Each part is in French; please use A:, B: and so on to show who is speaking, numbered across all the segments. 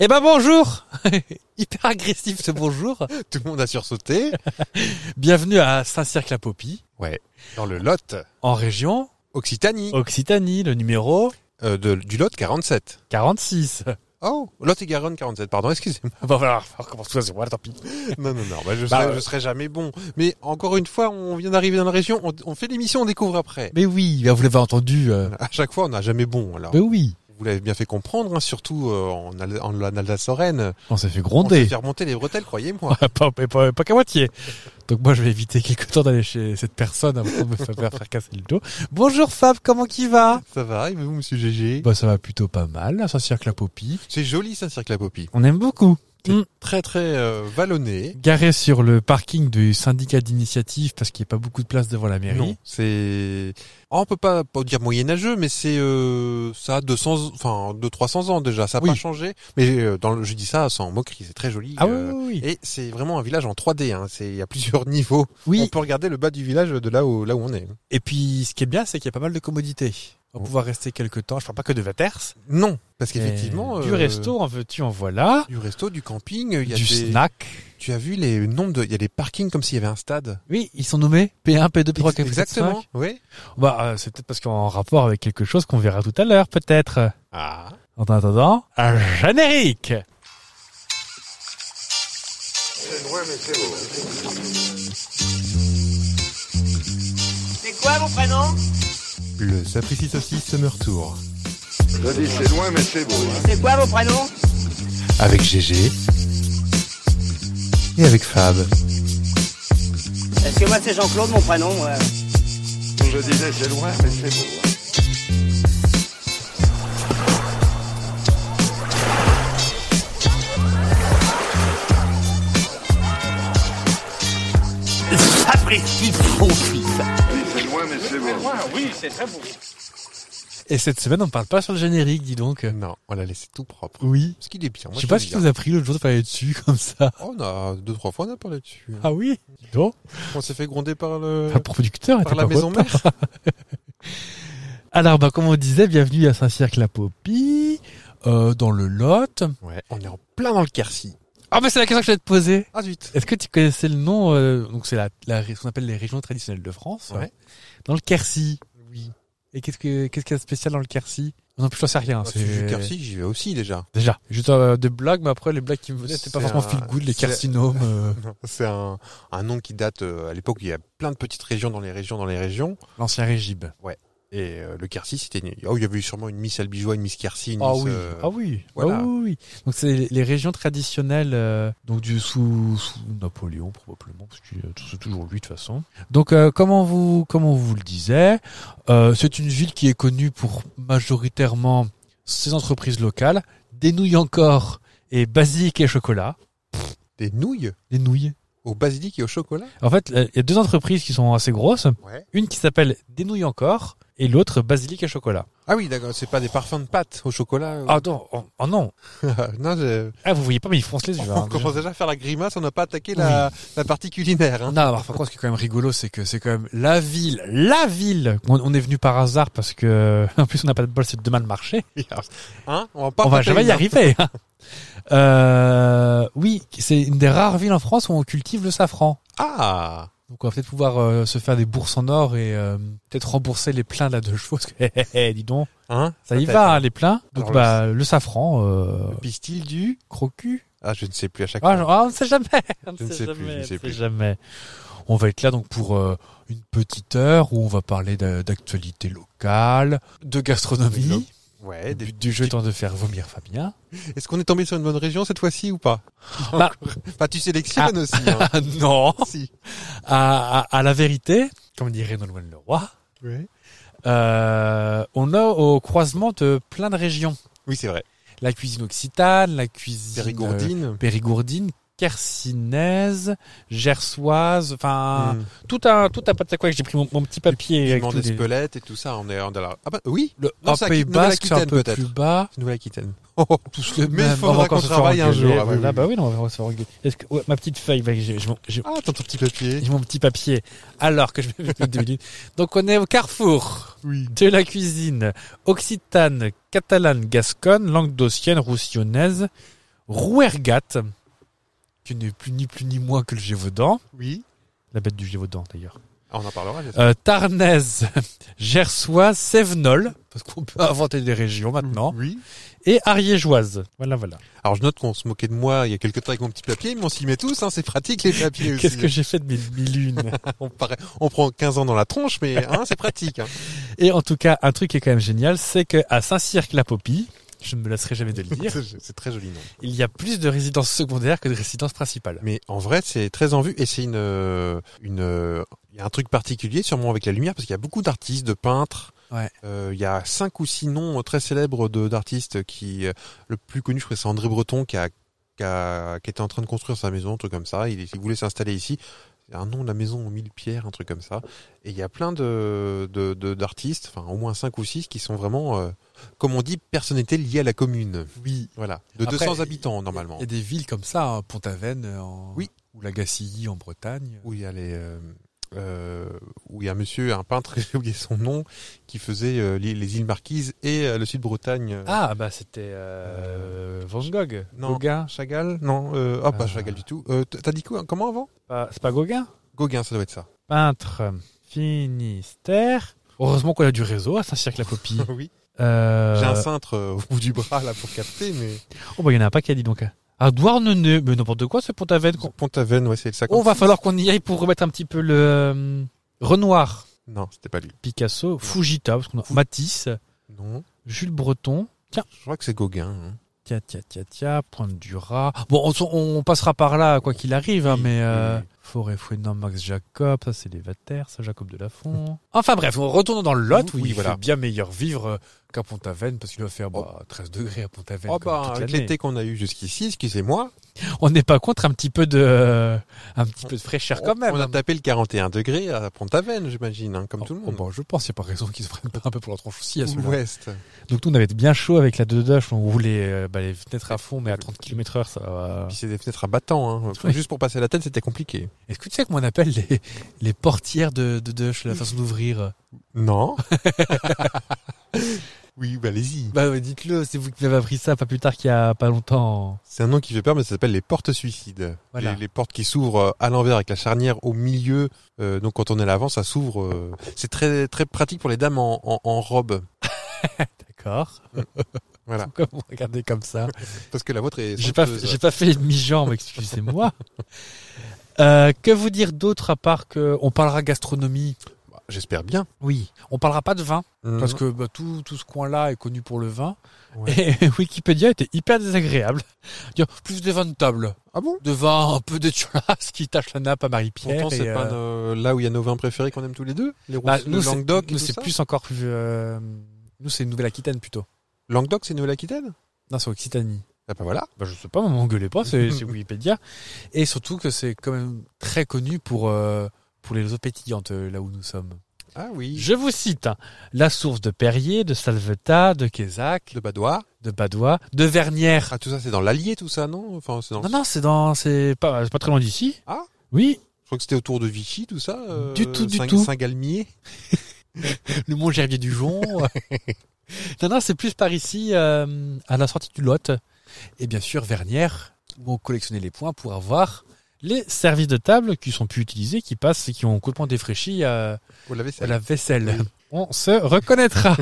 A: Eh ben bonjour Hyper agressif ce bonjour.
B: Tout le monde a sursauté.
A: Bienvenue à Saint-Cirque-la-Popie,
B: Ouais. Dans le Lot,
A: en région
B: Occitanie,
A: Occitanie, le numéro
B: euh, de- du Lot 47.
A: 46.
B: Oh, Lot et Garonne 47, pardon, excusez-moi.
A: Bon voilà, on recommence tout à zéro, tant pis.
B: Non, non, non, bah, je,
A: Bah,
B: serai,
A: euh.
B: je serai jamais bon. Mais encore une fois, on vient d'arriver dans la région, on, on fait l'émission, on découvre après.
A: Mais oui, ben vous l'avez entendu. euh,
B: À chaque fois, on n'a jamais bon, alors.
A: Mais oui,
B: Vous l'avez bien fait comprendre, hein, surtout euh, en, Al- en, en Alsace-Lorraine.
A: on s'est fait
B: On s'est
A: gronder.
B: fait remonter les bretelles, croyez-moi.
A: pas, mais pas- pas qu'à moitié. Donc moi je vais éviter quelque temps d'aller chez cette personne avant de me faire faire casser le dos. Bonjour Fab, comment qui va
B: Ça va, et vous, monsieur GG
A: Bah ça va plutôt pas mal, à Saint-Cirque-la-Popie.
B: C'est joli, Saint-Cirque-la-Popie.
A: On aime beaucoup.
B: C'est
A: Mm.
B: très, très euh, vallonné.
A: garé sur le parking du syndicat d'initiative parce qu'il n'y a pas beaucoup de place devant la mairie.
B: Non, c'est Ah, on peut pas, pas dire moyenâgeux, mais c'est euh, ça a 200, enfin de 300 ans déjà. Ça a
A: Oui.
B: pas changé. Mais euh, dans le, je dis ça sans moquerie, c'est très joli.
A: Ah oui,
B: euh,
A: oui, oui.
B: Et c'est vraiment un village en 3D. Hein. C'est il y a plusieurs niveaux.
A: Oui,
B: On peut regarder le bas du village de là où là où on est.
A: et puis ce qui est bien, c'est qu'il y a pas mal de commodités. On va pouvoir rester quelques temps. Je parle pas que de Vaters.
B: Non, parce qu'effectivement
A: Et Du
B: euh,
A: resto, en veux-tu, en voilà.
B: du resto, du camping. Il y a
A: Du
B: des-
A: snack.
B: Tu as vu les nombres de, il y a des parkings comme s'il y avait un stade.
A: Oui, ils sont nommés P1, P2, P3, P4,
B: Exactement.
A: P5.
B: Oui.
A: Bah, euh, c'est peut-être parce qu'on est en rapport avec quelque chose qu'on verra tout à l'heure, peut-être.
B: Ah.
A: En attendant, un générique
C: C'est quoi mon prénom
B: Le Sapristi Saucisse Summer Tour
D: Je dis c'est loin mais c'est beau. hein.
C: C'est quoi mon prénom
B: avec GG et avec Fab.
C: Est-ce que moi c'est Jean-Claude mon prénom ouais.
D: Je disais c'est loin mais c'est beau. hein. Je dis c'est loin mais c'est beau.
A: Et cette semaine, on parle pas sur le générique, dis donc.
B: Non, on l'a laissé tout propre.
A: Oui.
B: Parce qu'il est bien. Moi,
A: Je sais pas
B: j'aime
A: ce qui nous a pris l'autre jour de parler dessus, comme ça.
B: bien. Oh, on a deux, trois fois, on a parlé dessus.
A: Ah oui Dis donc.
B: On s'est fait gronder par le,
A: Un producteur
B: Euh, par
A: était
B: la
A: pas
B: maison
A: content.
B: mère.
A: Alors, bah, comme on disait, bienvenue à Saint-Cirque-la-Popie, euh, dans le Lot.
B: Ouais, on est en plein dans le Quercy.
A: Ah, mais c'est la question que je vais te poser.
B: Ah, zut.
A: Est-ce que tu connaissais le nom euh, Donc, c'est la, la, ce qu'on appelle les régions traditionnelles de France. hein,
B: Ouais.
A: Dans le Quercy. Oui. Et qu'est-ce que qu'est-ce qu'il y a de spécial dans le Quercy Non, plus, je sais rien.
B: Ah, si je vais au Quercy, j'y vais aussi, déjà.
A: Déjà, juste euh, des blagues, mais après les blagues qui me venaient, c'était pas
B: C'est
A: forcément
B: un-
A: feel good, les
B: c'est-
A: Quercinomes. euh,
B: C'est un, un nom qui date, euh, à l'époque, où il y a plein de petites régions dans les régions dans les régions.
A: L'ancien régime.
B: Et euh, le Quercy, c'était une- oh, il y avait eu sûrement une Miss Albigeois, une Miss Quercy, une
A: Ah
B: Miss,
A: oui,
B: euh,
A: ah oui,
B: voilà.
A: ah oui, oui. Donc c'est les- les régions traditionnelles, euh, donc du sous, sous Napoléon probablement, parce que euh, c'est toujours lui de toute façon. Donc euh, comme on vous comme on vous le disait, euh, c'est une ville qui est connue pour majoritairement ses entreprises locales, des nouilles encore et basilic et chocolat,
B: des nouilles
A: des nouilles.
B: au basilic et au chocolat.
A: En fait, euh, il y a deux entreprises qui sont assez grosses,
B: Ouais.
A: une qui s'appelle des nouilles encore et l'autre basilic et chocolat.
B: Ah oui, d'accord, c'est pas des parfums de pâte au chocolat. euh.
A: Ah non, oh, oh non,
B: non, je-
A: ah vous voyez pas mais ils froncent les yeux. hein,
B: on
A: déjà.
B: commence déjà à faire la grimace, on n'a pas attaqué la, la partie culinaire. hein.
A: Non, alors, par contre, ce qui est quand même rigolo, c'est que c'est quand même la ville, la ville. On, on est venu par hasard parce que, en plus, on n'a pas de bol, c'est demain le marché.
B: Hein on va pas
A: on va
B: compter
A: jamais
B: les
A: y
B: uns.
A: arriver. hein. Euh, oui, c'est une des rares villes en France où on cultive le safran.
B: Ah
A: Donc, on va peut-être pouvoir euh, se faire des bourses en or et euh, peut-être rembourser les pleins là de chevaux. Parce que, hé, hé, hé, dis donc,
B: Hein
A: ça y
B: Peut-être,
A: va,
B: hein.
A: hein, les pleins. Donc,
B: Alors, le-
A: bah, le safran, euh,
B: Le pistil du
A: crocu.
B: Ah, je ne sais plus à chaque
A: Ah,
B: fois.
A: genre, ah, on ne sait jamais. On
B: Je ne sais plus, je ne sais
A: on
B: plus.
A: jamais. On va être là donc pour euh, une petite heure où on va parler d'a- d'actualité locale, de gastronomie,
B: Ouais, des-
A: du, du jeu étant de faire vomir Fabien.
B: Est-ce qu'on est tombé sur une bonne région cette fois-ci ou pas
A: Bah-
B: Bah, tu sélectionnes aussi. hein.
A: Ah non
B: Si.
A: à, à- à la vérité, comme dirait Nolwenn Leroy,
B: Oui,
A: euh, on a au croisement de plein de régions.
B: c'est vrai.
A: La cuisine occitane, la cuisine euh,
B: Périgourdine.
A: périgourdine, quercinaise, gersoise, enfin...
B: Hum.
A: tout un tout un pataquès. J'ai pris mon, mon petit papier ah, avec
B: Piment
A: tous les-
B: d'Espelette et tout ça. On est, on est là. Ah bah, oui,
A: le
B: Non,
A: un
B: c'est la
A: Pays
B: Qui- Nouvelle
A: Basque, c'est un
B: Aquitaine,
A: peu
B: peut-être.
A: plus bas.
B: Nouvelle-Aquitaine. Oh, oh.
A: Tous le
B: Mais
A: même.
B: il faudra
A: On va encore
B: qu'on
A: se faire
B: travaille un
A: engueuler,
B: jour, ah oui,
A: voilà.
B: oui.
A: Bah oui, non, on va se faire engueuler. Est-ce que ouais, ma petite feuille, bah, j'ai j'ai mon- j'ai-
B: Ah, ton, ton petit papier.
A: j'ai mon petit papier. Alors que je vais mettre deux minutes. Donc on est au carrefour
B: Oui.
A: de la cuisine occitane, catalane, gasconne, languedocienne, roussillonnaise, Rouergat, qui n'est plus ni plus ni moins que le Gévaudan,
B: Oui.
A: la bête du Gévaudan d'ailleurs.
B: Ah, on en parlera. j'espère.
A: Euh, Tarnaise, Gersois, Sévenol, parce qu'on peut inventer des régions maintenant,
B: Oui.
A: et Ariégeoise. Voilà, voilà.
B: Alors je note qu'on se moquait de moi il y a quelques temps avec mon petit papier, mais on s'y met tous, hein, c'est pratique les papiers aussi.
A: Qu'est-ce que j'ai fait de mes mille unes
B: on, paraît- on prend 15 ans dans la tronche, mais hein, c'est pratique. hein.
A: Et en tout cas, un truc qui est quand même génial, c'est qu'à Saint-Cirque-la-Popie, je ne me lasserai jamais de le dire,
B: C'est c'est très joli nom.
A: il y a plus de résidences secondaires que de résidences principales.
B: Mais en vrai, c'est très en vue et c'est une, euh, une, euh, il y a un truc particulier sûrement avec la lumière parce qu'il y a beaucoup d'artistes, de peintres.
A: Ouais.
B: Euh, il y a cinq ou six noms euh, très célèbres de d'artistes qui, euh, le plus connu, je crois, c'est André Breton qui a, qui a- qui était en train de construire sa maison, un truc comme ça. Il, il voulait s'installer ici. Il y a un nom de la maison aux mille pierres, un truc comme ça. Et il y a plein de de- de- d'artistes, enfin au moins cinq ou six, qui sont vraiment, euh, comme on dit, personnalités liées à la commune.
A: Oui.
B: Voilà, de
A: Après,
B: 200 habitants normalement.
A: Il y a des villes comme ça, hein, Pont-Aven euh, en...
B: Oui.
A: ou Lagacilly en Bretagne.
B: où il y a les euh, euh, où il y a un monsieur, un peintre, j'ai oublié son nom, qui faisait euh, les, les îles Marquises et euh, le Sud-Bretagne. euh,
A: Ah, bah c'était euh, Van Gogh,
B: Non.
A: Gauguin.
B: Ah, Chagall Non, euh, ah, pas
A: Ah.
B: Chagall du tout. Euh, t- T'as dit quoi Comment avant
A: Pas- C'est pas Gauguin
B: Gauguin, ça doit être ça.
A: Peintre Finistère. Heureusement qu'on a du réseau à Saint-Cirque-la-Popie.
B: oui.
A: Euh,
B: J'ai un cintre euh, au bout du bras là pour capter, mais
A: Oh, bah il y en a un paquet, dis donc. À Douarnenez, mais n'importe quoi, c'est Pont-Aven. qu'on-
B: Pont-Aven, ouais, c'est ça.
A: On va falloir qu'on y aille pour remettre un petit peu le euh, Renoir,
B: Non, c'était pas lui.
A: Picasso, Fujita, parce qu'on a Matisse,
B: Non,
A: Jules Breton. Tiens,
B: je crois que c'est Gauguin. hein.
A: tiens, tiens, tiens, tiens, Pointe du Rat. Bon, on, on passera par là, quoi qu'il arrive, hein,
B: Oui,
A: mais
B: oui,
A: euh,
B: oui.
A: Forêt Fouenant, Max Jacob, ça c'est les Vatères, ça Jacob de Lafont. Mmh. Enfin bref, on retourne dans le Lot, où
B: Oui,
A: il
B: voilà.
A: fait bien meilleur vivre euh, qu'à Pont-Aven, parce qu'il doit faire bah, 13 degrés à Pont-Aven.
B: Oh
A: comme
B: bah,
A: toute
B: avec
A: l'année.
B: l'été qu'on a eu jusqu'ici, excusez-moi,
A: On n'est pas contre un petit peu de, un petit peu de fraîcheur
B: on,
A: quand même.
B: on a
A: hein.
B: tapé le 41 degrés à Pont-Aven, j'imagine, hein, comme tout le
A: Oh,
B: monde.
A: bon, je pense qu'il n'y a pas raison qu'ils se prennent pas un peu pour leur tronche aussi à ce Ah. moment
B: Ouest.
A: Donc nous, on avait été bien chaud avec la 2 dash, on roulait euh, bah, les fenêtres à fond, mais à 30 km/h, ça va.
B: Puis c'est des fenêtres à battants, hein.
A: Oui.
B: juste pour passer la tête, c'était compliqué.
A: Est-ce que tu sais comment on appelle les, les portières de, de Dush, la façon d'ouvrir
B: Non. oui, bah allez-y.
A: Bah ouais, dites-le, c'est vous qui m'avez appris ça pas plus tard qu'il y a pas longtemps.
B: C'est un nom qui fait peur, mais ça s'appelle les portes suicides.
A: Voilà.
B: Les, les portes qui s'ouvrent euh, à l'envers avec la charnière au milieu. Euh, donc quand on est à l'avant, ça s'ouvre. euh, C'est très très pratique pour les dames en, en- en robe,
A: D'accord.
B: Voilà.
A: Pourquoi vous me regardez comme ça
B: parce que la vôtre est.
A: J'ai pas,
B: somptueuse.
A: fait- j'ai pas fait les demi-jambes, excusez-moi. Euh, que vous dire d'autre à part que on parlera gastronomie
B: Bah, J'espère bien.
A: Oui. On parlera pas de vin parce
B: Parce que
A: que bah, tout, tout ce coin-là est connu pour le vin.
B: Ouais.
A: Et Wikipédia était hyper désagréable. Il y a Plus de vin de table.
B: ah bon
A: de vin un peu de churras qui tâche la nappe à Marie-Pierre.
B: Pourtant,
A: et,
B: c'est
A: euh,
B: pas euh, là où il y a nos vins préférés qu'on aime tous les deux. Les
A: bah,
B: Rousses-
A: nous,
B: le
A: c'est-
B: Languedoc, et
A: nous,
B: tout
A: c'est
B: ça
A: plus encore plus. euh, nous, c'est Nouvelle-Aquitaine plutôt.
B: Languedoc, c'est Nouvelle-Aquitaine.
A: Non, c'est Occitanie.
B: Ah bah voilà.
A: Bah, je sais pas, m'engueulez pas, c'est c'est Wikipédia. Et surtout que c'est quand même très connu pour, euh, pour les eaux pétillantes, euh, là où nous sommes.
B: Ah oui.
A: Je vous cite hein, la source de Perrier, de Salvetat, de Quézac,
B: De Badois.
A: de Badois, de Vernières.
B: Ah tout ça, c'est dans l'Allier, tout ça, non Enfin, c'est dans
A: Non, non, c'est dans. C'est pas, c'est pas très loin d'ici.
B: Ah.
A: Oui,
B: Je crois que c'était autour de Vichy, tout ça. euh,
A: Du tout, du
B: Saint-
A: tout.
B: Saint-Galmier.
A: le mont Gervier du Jonc. non, non, c'est plus par ici, euh, à la sortie du Lot. Et bien sûr, Vernières, où on collectionnait les points pour avoir les services de table qui sont plus utilisés, qui passent et qui ont complètement défraîchi euh,
B: Vous l'avez ça
A: à la vaisselle. On se reconnaîtra.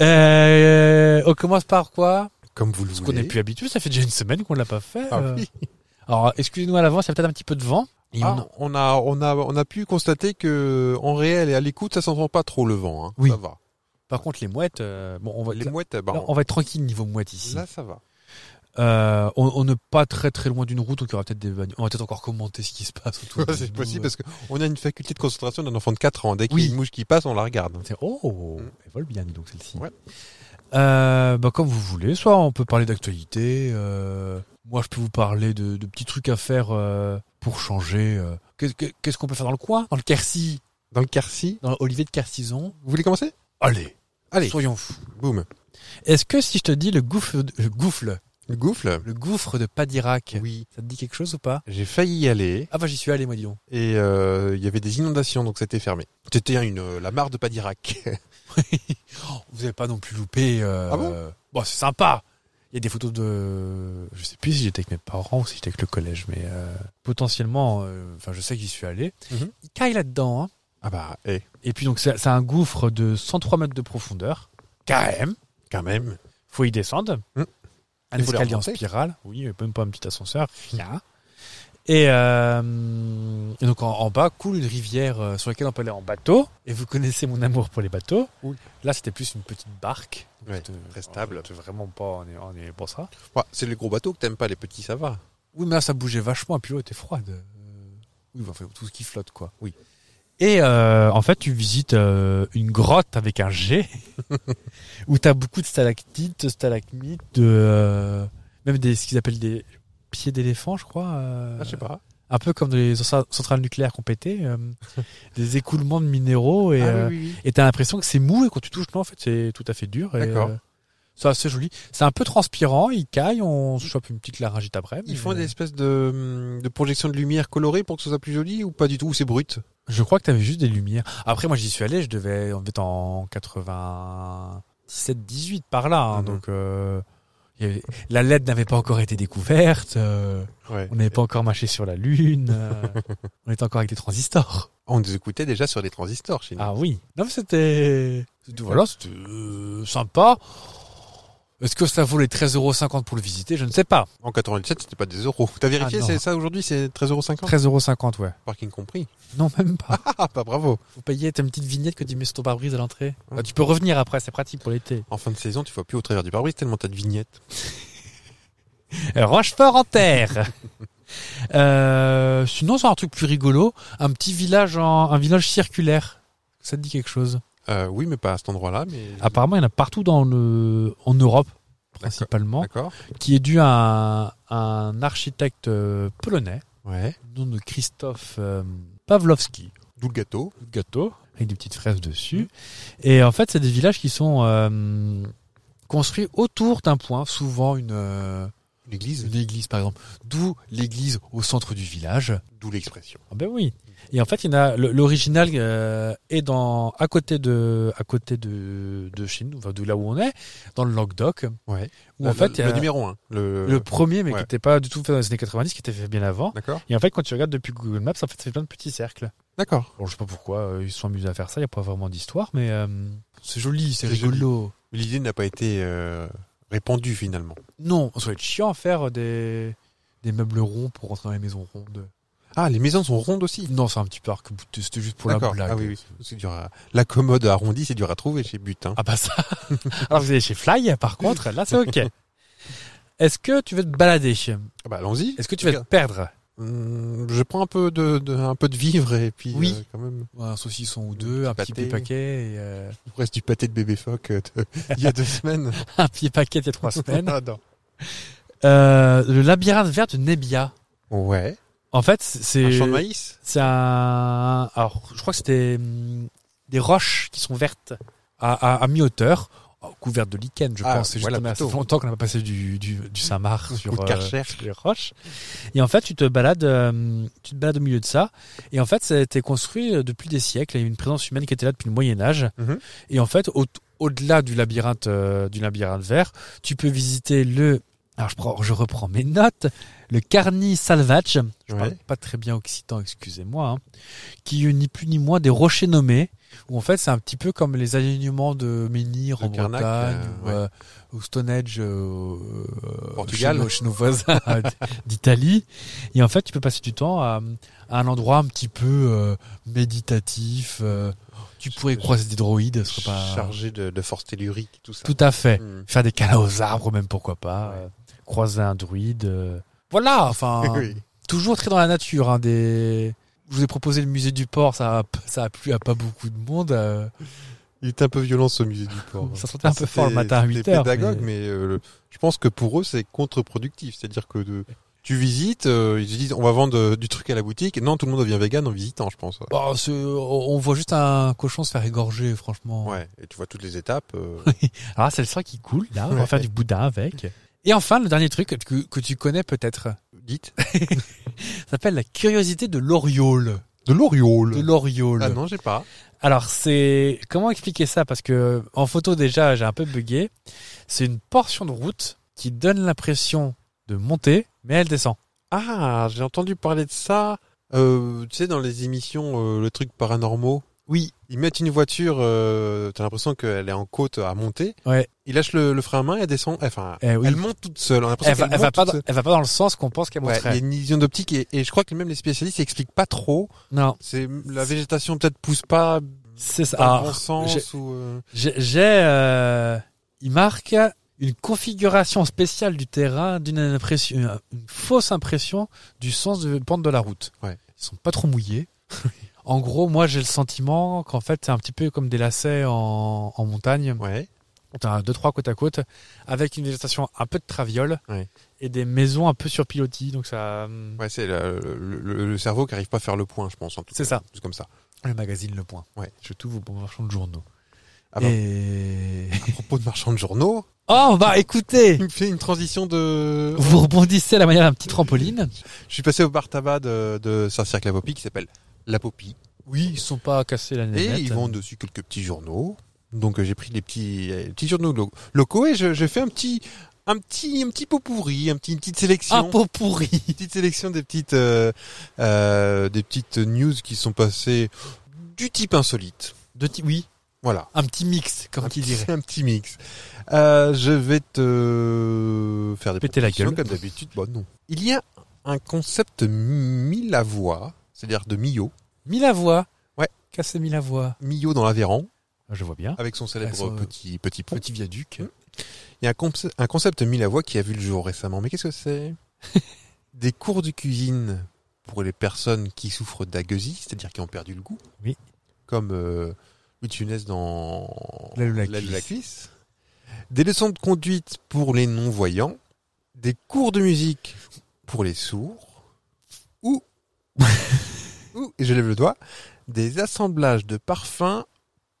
A: Euh, on commence par quoi
B: Comme vous le
A: Parce qu'on n'est plus habitué, ça fait déjà une semaine qu'on ne l'a pas fait.
B: Ah
A: euh.
B: oui.
A: Alors, excusez-nous à l'avance, il y a peut-être un petit peu de vent. Et
B: Ah,
A: on-
B: on a, on a, on a pu constater que en réel et à l'écoute, ça s'entend pas trop le vent. Hein.
A: Oui.
B: Ça va.
A: Par contre, les mouettes, euh, bon, on va,
B: Les
A: là,
B: mouettes, bah,
A: on va être tranquille niveau mouettes ici.
B: là, ça va.
A: Euh, on, on n'est pas très très loin d'une route, donc il y aura peut-être des bagnoles. On va peut-être encore commenter ce qui se passe autour. de
B: c'est
A: nous.
B: possible parce qu'on a une faculté de concentration d'un enfant de 4 ans. Dès qu'il y
A: Oui.
B: a une mouche qui passe, on la regarde.
A: C'est- Oh,
B: Mm.
A: elle vole bien dis donc celle-ci.
B: Ouais.
A: Euh, bah, comme vous voulez, soit on peut parler d'actualité. euh, moi, je peux vous parler de, de petits trucs à faire euh, pour changer. euh. Qu'est- qu'est- Qu'est-ce qu'on peut faire dans le coin, dans le Quercy,
B: Dans le Quercy,
A: dans l'Olivier de Quercison
B: vous voulez commencer
A: Allez,
B: Allez,
A: soyons fous.
B: boum.
A: Est-ce que si je te dis le gouffre, de- le gouffre,
B: Le gouffle.
A: le gouffre de Padirac,
B: Oui.
A: ça te dit quelque chose ou pas
B: J'ai failli y aller
A: Ah bah j'y suis allé, moi dis donc.
B: et euh, il y avait des inondations, donc c'était fermé. C'était une euh, la mare de Padirac.
A: Vous n'avez Oh, pas non plus loupé. euh,
B: Ah bon
A: bon, c'est sympa. Il Il y a des photos de. Je sais plus si j'étais avec mes parents ou si j'étais avec le collège, mais euh, potentiellement, euh, enfin, je sais que j'y suis allé.
B: Mhm.
A: Il caille là-dedans. hein.
B: Ah bah, eh,
A: Et puis, donc, c'est c'est un gouffre de 103 mètres de profondeur. Quand même.
B: quand même.
A: faut y descendre.
B: Mm.
A: Un
B: Il faut les
A: escalier en
B: remonter.
A: spirale. Oui, même pas un petit ascenseur, rien. Et, euh, et donc en, en bas coule une rivière euh, sur laquelle on peut aller en bateau. Et vous connaissez mon amour pour les bateaux.
B: Oui.
A: Là, c'était plus une petite barque. Donc,
B: Ouais,
A: c'était-
B: très stable.
A: c'était vraiment pas, on est, on est pour ça.
B: Ouais, c'est les gros bateaux que t'aimes pas, les petits, ça va.
A: Oui, mais là, ça bougeait vachement. Et puis l'eau était froide. Euh, Oui, enfin, tout ce qui flotte, quoi.
B: Oui.
A: Et euh, en fait, tu visites euh, une grotte avec un G où tu as beaucoup de stalactites, stalagmites, de, euh, même des, ce qu'ils appellent des pieds d'éléphant, je crois. euh,
B: Ah, je sais pas.
A: Un peu comme dans les centra- centrales nucléaires qu'on pétait, euh, des écoulements de minéraux. Et euh,
B: Ah, oui, oui.
A: et t'as l'impression que c'est mou et quand tu touches, non, en fait, c'est tout à fait dur. et,
B: D'accord.
A: euh, C'est assez joli. C'est un peu transpirant, il caille, on se chope une petite laryngite après. mais,
B: Ils font des
A: euh,
B: espèces de, hum, de projections de lumière colorées pour que ce soit plus joli ou pas du tout Ou c'est brut
A: Je crois que t'avais juste des lumières. Après, moi, j'y suis allé, je devais, on devait être en 97, 18 par là. hein,
B: Mhm.
A: Donc, euh, il y avait- la LED n'avait pas encore été découverte. euh,
B: Ouais.
A: on n'avait pas encore marché sur la Lune. euh, on était encore avec des transistors.
B: On les écoutait déjà sur les transistors chez nous.
A: Ah oui. Non, mais c'était, c'était- voilà, c'était euh, sympa. Est-ce que ça vaut les 13,50€ pour le visiter Je ne sais pas.
B: En 97, c'était pas des euros. T'as
A: Ah,
B: vérifié
A: non.
B: c'est ça aujourd'hui C'est 13,50
A: 13,50€, ouais.
B: Parking compris.
A: Non, même pas.
B: Ah, bah bravo.
A: Faut payer ta petite vignette que tu mets sur ton pare-brise à l'entrée. Ah, tu peux revenir après, c'est pratique pour l'été.
B: En fin de saison, tu vois plus au travers du pare-brise tellement t'as de vignettes.
A: Rochefort en terre. Euh, sinon, c'est un truc plus rigolo, un petit village, en, un village circulaire. Ça te dit quelque chose
B: Euh, oui, mais pas à cet endroit-là. Mais...
A: Apparemment, il y en a partout dans le, en Europe principalement,
B: D'accord.
A: qui est dû à un, un architecte euh, polonais,
B: Ouais.
A: nom de Christophe euh, Pawlowski.
B: D'où le gâteau.
A: gâteau avec des petites fraises dessus. Et en fait, c'est des villages qui sont euh, construits autour d'un point, souvent une, euh,
B: L'église.
A: une église par exemple, d'où l'église au centre du village.
B: D'où l'expression.
A: Ah ben oui. Et en fait, il y en a le- l'original euh, est dans à côté de à côté de de chez nous, enfin, de là où on est, dans le Languedoc.
B: Ouais. Bah,
A: Où
B: Euh, Le-
A: en fait,
B: le,
A: il y a
B: le numéro 1. Le...
A: le premier, mais
B: Ouais.
A: qui n'était pas du tout fait dans les années 90, qui était fait bien avant.
B: D'accord.
A: Et en fait, quand tu regardes depuis Google Maps, en fait, ça fait plein de petits cercles.
B: D'accord.
A: Bon, je sais pas pourquoi euh, ils se sont amusés à faire ça. Il n'y a pas vraiment d'histoire, mais euh, c'est joli, c'est
B: C'est joli.
A: rigolo.
B: Mais L'idée n'a pas été euh, répandue finalement.
A: Non, ça va être chiant à faire euh, des des meubles ronds pour rentrer dans les maisons rondes.
B: Ah, les maisons sont rondes aussi.
A: Non, c'est un petit peu arc C'était juste pour la
B: D'accord.
A: blague.
B: Ah oui, oui. C'est dur à- La commode arrondie, c'est dur à trouver chez Butin.
A: Ah bah ça. Alors vous allez chez Fly, par contre, là c'est ok. Est-ce que tu veux te balader Est-ce
B: Ah bah allons-y.
A: que tu vas te perdre
B: Hum, Je prends un peu de, de- un peu de vivre et puis
A: Oui.
B: euh, quand même
A: Un saucisson ou deux, un
B: petit
A: petit pied
B: pâté.
A: paquet, et, euh,
B: il reste du pâté de bébé phoque euh, de- il y a deux semaines.
A: un pied paquet il y a trois semaines.
B: Ah, non.
A: Euh, le labyrinthe vert de Nebia.
B: Ouais.
A: En fait, c'est
B: Un champ de maïs.
A: c'est un. Alors je crois que c'était hum, des roches qui sont vertes à, à, à mi-hauteur, couvertes de lichen, je
B: Ah,
A: pense. C'est juste
B: voilà,
A: qu'on a assez
B: plutôt.
A: longtemps qu'on n'a pas passé du du, du Saint-Marc sur
B: Ou de
A: euh,
B: Karcher.
A: sur les roches. Et en fait, tu te balades, euh, tu te balades au milieu de ça. Et en fait, ça a été construit euh, depuis des siècles. Il y a une présence humaine qui était là depuis le Moyen Âge.
B: Mhm.
A: Et en fait, au- au-delà du labyrinthe, euh, du labyrinthe vert, tu peux visiter le. Alors, je, prends- je reprends mes notes. Le Carni Salvage. Je
B: Ouais.
A: parle pas très bien occitan, excusez-moi. hein, qui est ni plus ni moins des rochers nommés. Où en fait, c'est un petit peu comme les alignements de menhirs
B: Le
A: en
B: Karnak,
A: Bretagne
B: euh,
A: ou
B: ouais.
A: euh, au Stonehenge euh, euh,
B: Portugal.
A: chez nos- chez nos voisins d'Italie. Et en fait, tu peux passer du temps à, à un endroit un petit peu euh, méditatif. euh, tu pourrais croiser des droïdes, ce serait pas
B: Chargé de, de force tellurique, tout ça.
A: tout à fait.
B: Hum.
A: Faire des câlins aux arbres, même pourquoi pas.
B: Ouais.
A: euh, croiser un druide. euh. Voilà, enfin,
B: Oui.
A: toujours très dans la nature. hein, des... Je vous ai proposé le musée du port, ça a, ça a plu à pas beaucoup de monde. euh.
B: Il était un peu violent ce musée du port.
A: Ça sentait un peu fort le matin à
B: C'était
A: 8 heures,
B: pédagogue, mais, euh, le- je pense que pour eux, c'est contre-productif. C'est-à-dire que de- tu visites, euh, ils te disent on va vendre euh, du truc à la boutique. Non, tout le monde devient vegan en visitant, je pense.
A: Bon, Bah, ce- on voit juste un cochon se faire égorger, franchement.
B: Ouais, et tu vois toutes les étapes. euh,
A: Ah, c'est le sang qui coule, là. On va faire du boudin avec. Et enfin, le dernier truc que, que tu connais peut-être,
B: dites.
A: ça s'appelle la curiosité de l'Oriole.
B: De l'Oriole.
A: De l'Oriole.
B: Ah non, j'ai pas.
A: Alors, c'est. Comment expliquer ça Parce que en photo, déjà, j'ai un peu bugué. C'est une portion de route qui donne l'impression de monter, mais elle descend.
B: Ah, j'ai entendu parler de ça. Euh, tu sais, dans les émissions, euh, le truc paranormaux.
A: Oui.
B: Ils mettent une voiture, euh, t'as l'impression qu'elle est en côte à monter.
A: Ouais.
B: Ils lâchent le, le frein à main et descend. Enfin,
A: Eh oui.
B: elle monte toute seule. On a l'impression
A: Elle va,
B: qu'elle
A: elle va
B: monte
A: pas
B: toute
A: dans, elle va pas dans le sens qu'on pense qu'elle
B: seule. Ouais, il y a
A: monterait.
B: une illusion d'optique et, et je crois que même les spécialistes n'expliquent pas trop.
A: Non,
B: C'est la végétation peut-être pousse pas
A: c'est ça.
B: dans
A: Alors,
B: le bon sens ou. euh,
A: Ah, J'ai, j'ai, euh, il marque une configuration spéciale du terrain, d'une impression, une, une fausse impression du sens de pente de la route.
B: Ouais.
A: Ils sont pas trop mouillés. en gros, moi, j'ai le sentiment qu'en fait, c'est un petit peu comme des lacets en, en montagne.
B: Ouais.
A: T'as deux, trois côte à côte, avec une végétation un peu de traviole
B: Ouais.
A: et des maisons un peu sur pilotis. Donc ça, hum,
B: Ouais, c'est le, le- le- le cerveau qui arrive pas à faire le point, je pense. En tout
A: c'est
B: cas.
A: ça.
B: Juste comme ça.
A: Le magazine Le Point.
B: Ouais.
A: Je tout vous pour marchand de journaux.
B: Ah bah.
A: Et-
B: À propos de marchands de journaux,
A: Oh, bah écoutez
B: il me fait une transition de.
A: Vous rebondissez à la manière d'un petit trampoline.
B: Je suis passé au bar tabac de, de Saint-Cirque-la-Popie qui s'appelle La Popie.
A: Oui, ils sont pas cassés la
B: Et ils vendent dessus quelques petits journaux. Donc euh, j'ai pris des petits, euh, petits journaux lo- locaux et je- j'ai fait un petit, un petit, un petit pot pourri, un petit, une petite sélection.
A: Un pot pourri
B: Une petite sélection des petites, euh, euh, des petites news qui sont passées du type insolite.
A: De ti- Oui,
B: Voilà.
A: un petit mix, comme
B: un
A: qui
B: petit-
A: dirait.
B: Un petit mix. Euh, je vais te faire des
A: Péter la
B: propositions
A: gueule.
B: comme d'habitude. Bon, non. Il y a un concept mille à voix, c'est-à-dire de Mio.
A: Mille à voix.
B: Ouais. Ah,
A: Cassé mille à voix.
B: Mio dans l'Aveyron,
A: Je vois bien.
B: avec son célèbre
A: Ah, son-
B: petit, petit pont.
A: Petit viaduc.
B: Mmh. Il y a un, conce- un concept mis la voix qui a vu le jour récemment. Mais qu'est-ce que c'est Des cours de cuisine pour les personnes qui souffrent d'agueusie, c'est-à-dire qui ont perdu le goût.
A: Oui.
B: Comme euh, Louis de Funès dans
A: L'aile ou la
B: L'aile ou
A: cuisse.
B: cuisse. Des leçons de conduite pour les non-voyants. Des cours de musique pour les sourds. Ou, ou et je lève le doigt, des assemblages de parfums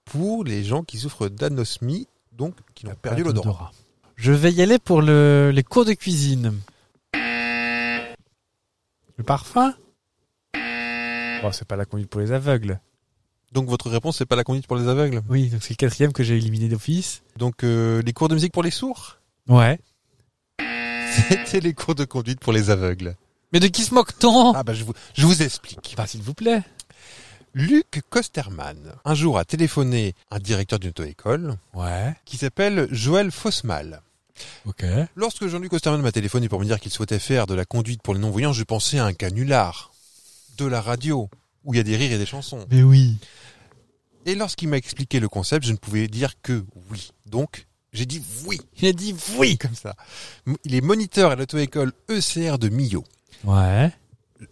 B: pour les gens qui souffrent d'anosmie, donc qui ont perdu
A: Pas
B: l'odorat.
A: d'odorat. Je vais y aller pour le- les cours de cuisine. Le parfum Oh, c'est pas la conduite pour les aveugles.
B: Donc votre réponse, c'est pas la conduite pour les aveugles.
A: Oui, donc c'est le quatrième que j'ai éliminé d'office.
B: Donc euh, les cours de musique pour les sourds
A: Ouais.
B: C'était les cours de conduite pour les aveugles.
A: Mais de qui se moque-t-on
B: Ah bah je vous, je vous explique.
A: Bah, s'il vous plaît.
B: Luc Kosterman, un jour, a téléphoné un directeur d'une auto-école
A: Ouais.
B: qui s'appelle Joël Fossmal.
A: Ok.
B: Lorsque Jean-Luc Kosterman m'a téléphoné pour me dire qu'il souhaitait faire de la conduite pour les non-voyants, je pensais à un canular, de la radio, où il y a des rires et des chansons.
A: Mais oui.
B: Et lorsqu'il m'a expliqué le concept, je ne pouvais dire que oui. Donc, j'ai dit oui,
A: Il a dit oui.
B: comme ça. Il est moniteur à l'auto-école ECR de Millau.
A: Ouais.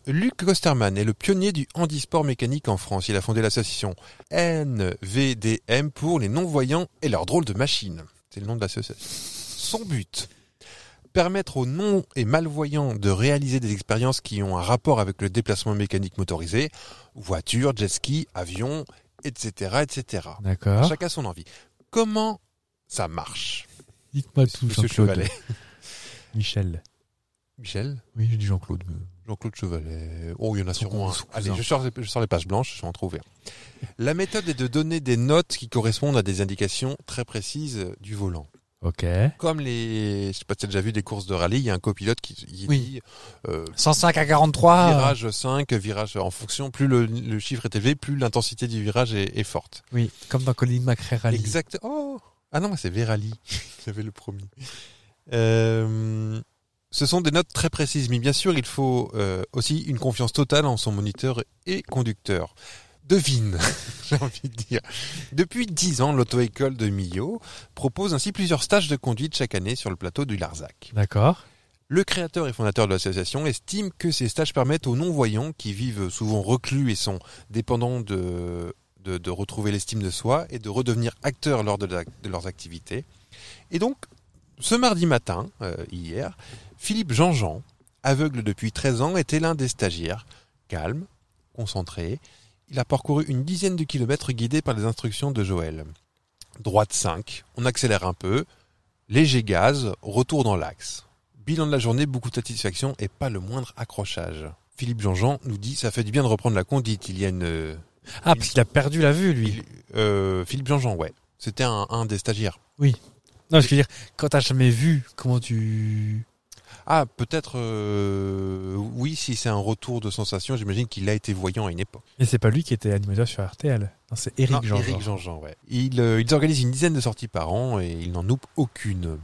B: Luc Kosterman est le pionnier du handisport mécanique en France. Il a fondé l'association NVDM pour les non-voyants et leurs drôles de machines. C'est le nom de l'association. Son but Permettre aux non et malvoyants de réaliser des expériences qui ont un rapport avec le déplacement mécanique motorisé, voiture, jet ski, avion, etc. etc.
A: D'accord.
B: Chacun son envie. Comment ça marche
A: Dites-moi tout,
B: Monsieur
A: Jean-Claude.
B: Chevalet.
A: Michel.
B: Michel
A: Oui, j'ai dit Jean-Claude.
B: Jean-Claude Chevalet. Oh, il y en a sûrement un.
A: son cousin.
B: Allez, je sors, les- je sors les pages blanches, je vais en trouver. un. La méthode est de donner des notes qui correspondent à des indications très précises du volant.
A: Ok.
B: Comme les, je sais pas si t'as déjà vu des courses de rallye, il y a un copilote qui il
A: Oui. Ah.
B: dit euh,
A: 105 à 43.
B: virage 5, virage en fonction. Plus le, le chiffre est élevé, plus l'intensité du virage est, est forte.
A: Oui, comme dans Colin McRae Rally.
B: Exact. Oh Ah non, moi, c'est Verali. J'avais le promis. Euh, ce sont des notes très précises, mais bien sûr, il faut euh, aussi une confiance totale en son moniteur et conducteur. Devine, j'ai envie de dire. Depuis dix ans, l'auto-école de Millau propose ainsi plusieurs stages de conduite chaque année sur le plateau du Larzac.
A: D'accord.
B: Le créateur et fondateur de l'association estime que ces stages permettent aux non-voyants qui vivent souvent reclus et sont dépendants de, de, de retrouver l'estime de soi et de redevenir acteurs lors de, la- de leurs activités. Et donc, ce mardi matin, euh, hier, Philippe Jean-Jean, aveugle depuis 13 ans, était l'un des stagiaires. Calme, concentré, il a parcouru une dizaine de kilomètres guidé par les instructions de Joël. Droite 5, on accélère un peu, léger gaz, retour dans l'axe. Bilan de la journée, beaucoup de satisfaction et pas le moindre accrochage. Philippe Jean-Jean nous dit ça fait du bien de reprendre la conduite. Il y a une. euh,
A: Ah, parce qu'il a perdu la vue, lui.
B: il- euh, Philippe Jean-Jean, ouais. C'était un, un des stagiaires.
A: Oui. Non, je veux dire, quand t'as jamais vu, comment tu.
B: Ah, peut-être, euh, oui, si c'est un retour de sensation, j'imagine qu'il a été voyant à une époque.
A: Mais c'est pas lui qui était animateur sur RTL. Non, c'est Eric
B: Non,
A: Jean.
B: Éric Jean-Jean, ouais. Ils, euh, ils organisent une dizaine de sorties par an et ils n'en loupent aucune.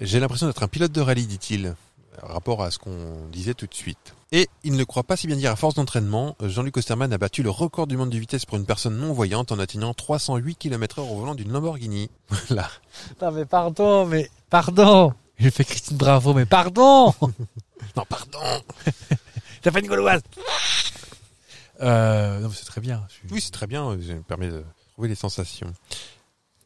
B: J'ai l'impression d'être un pilote de rallye, dit-il, rapport à ce qu'on disait tout de suite. Et il ne croit pas si bien dire à force d'entraînement, Jean-Luc Osterman a battu le record du monde de vitesse pour une personne non-voyante en atteignant 308 km/h au volant d'une Lamborghini. Voilà.
A: Putain, mais pardon, mais pardon J'ai fait Christine Bravo, mais pardon
B: Non, pardon
A: T'as pas une gauloise euh, Non, mais c'est très bien. Je suis-
B: Oui, c'est très bien, euh, ça me permet de trouver les sensations.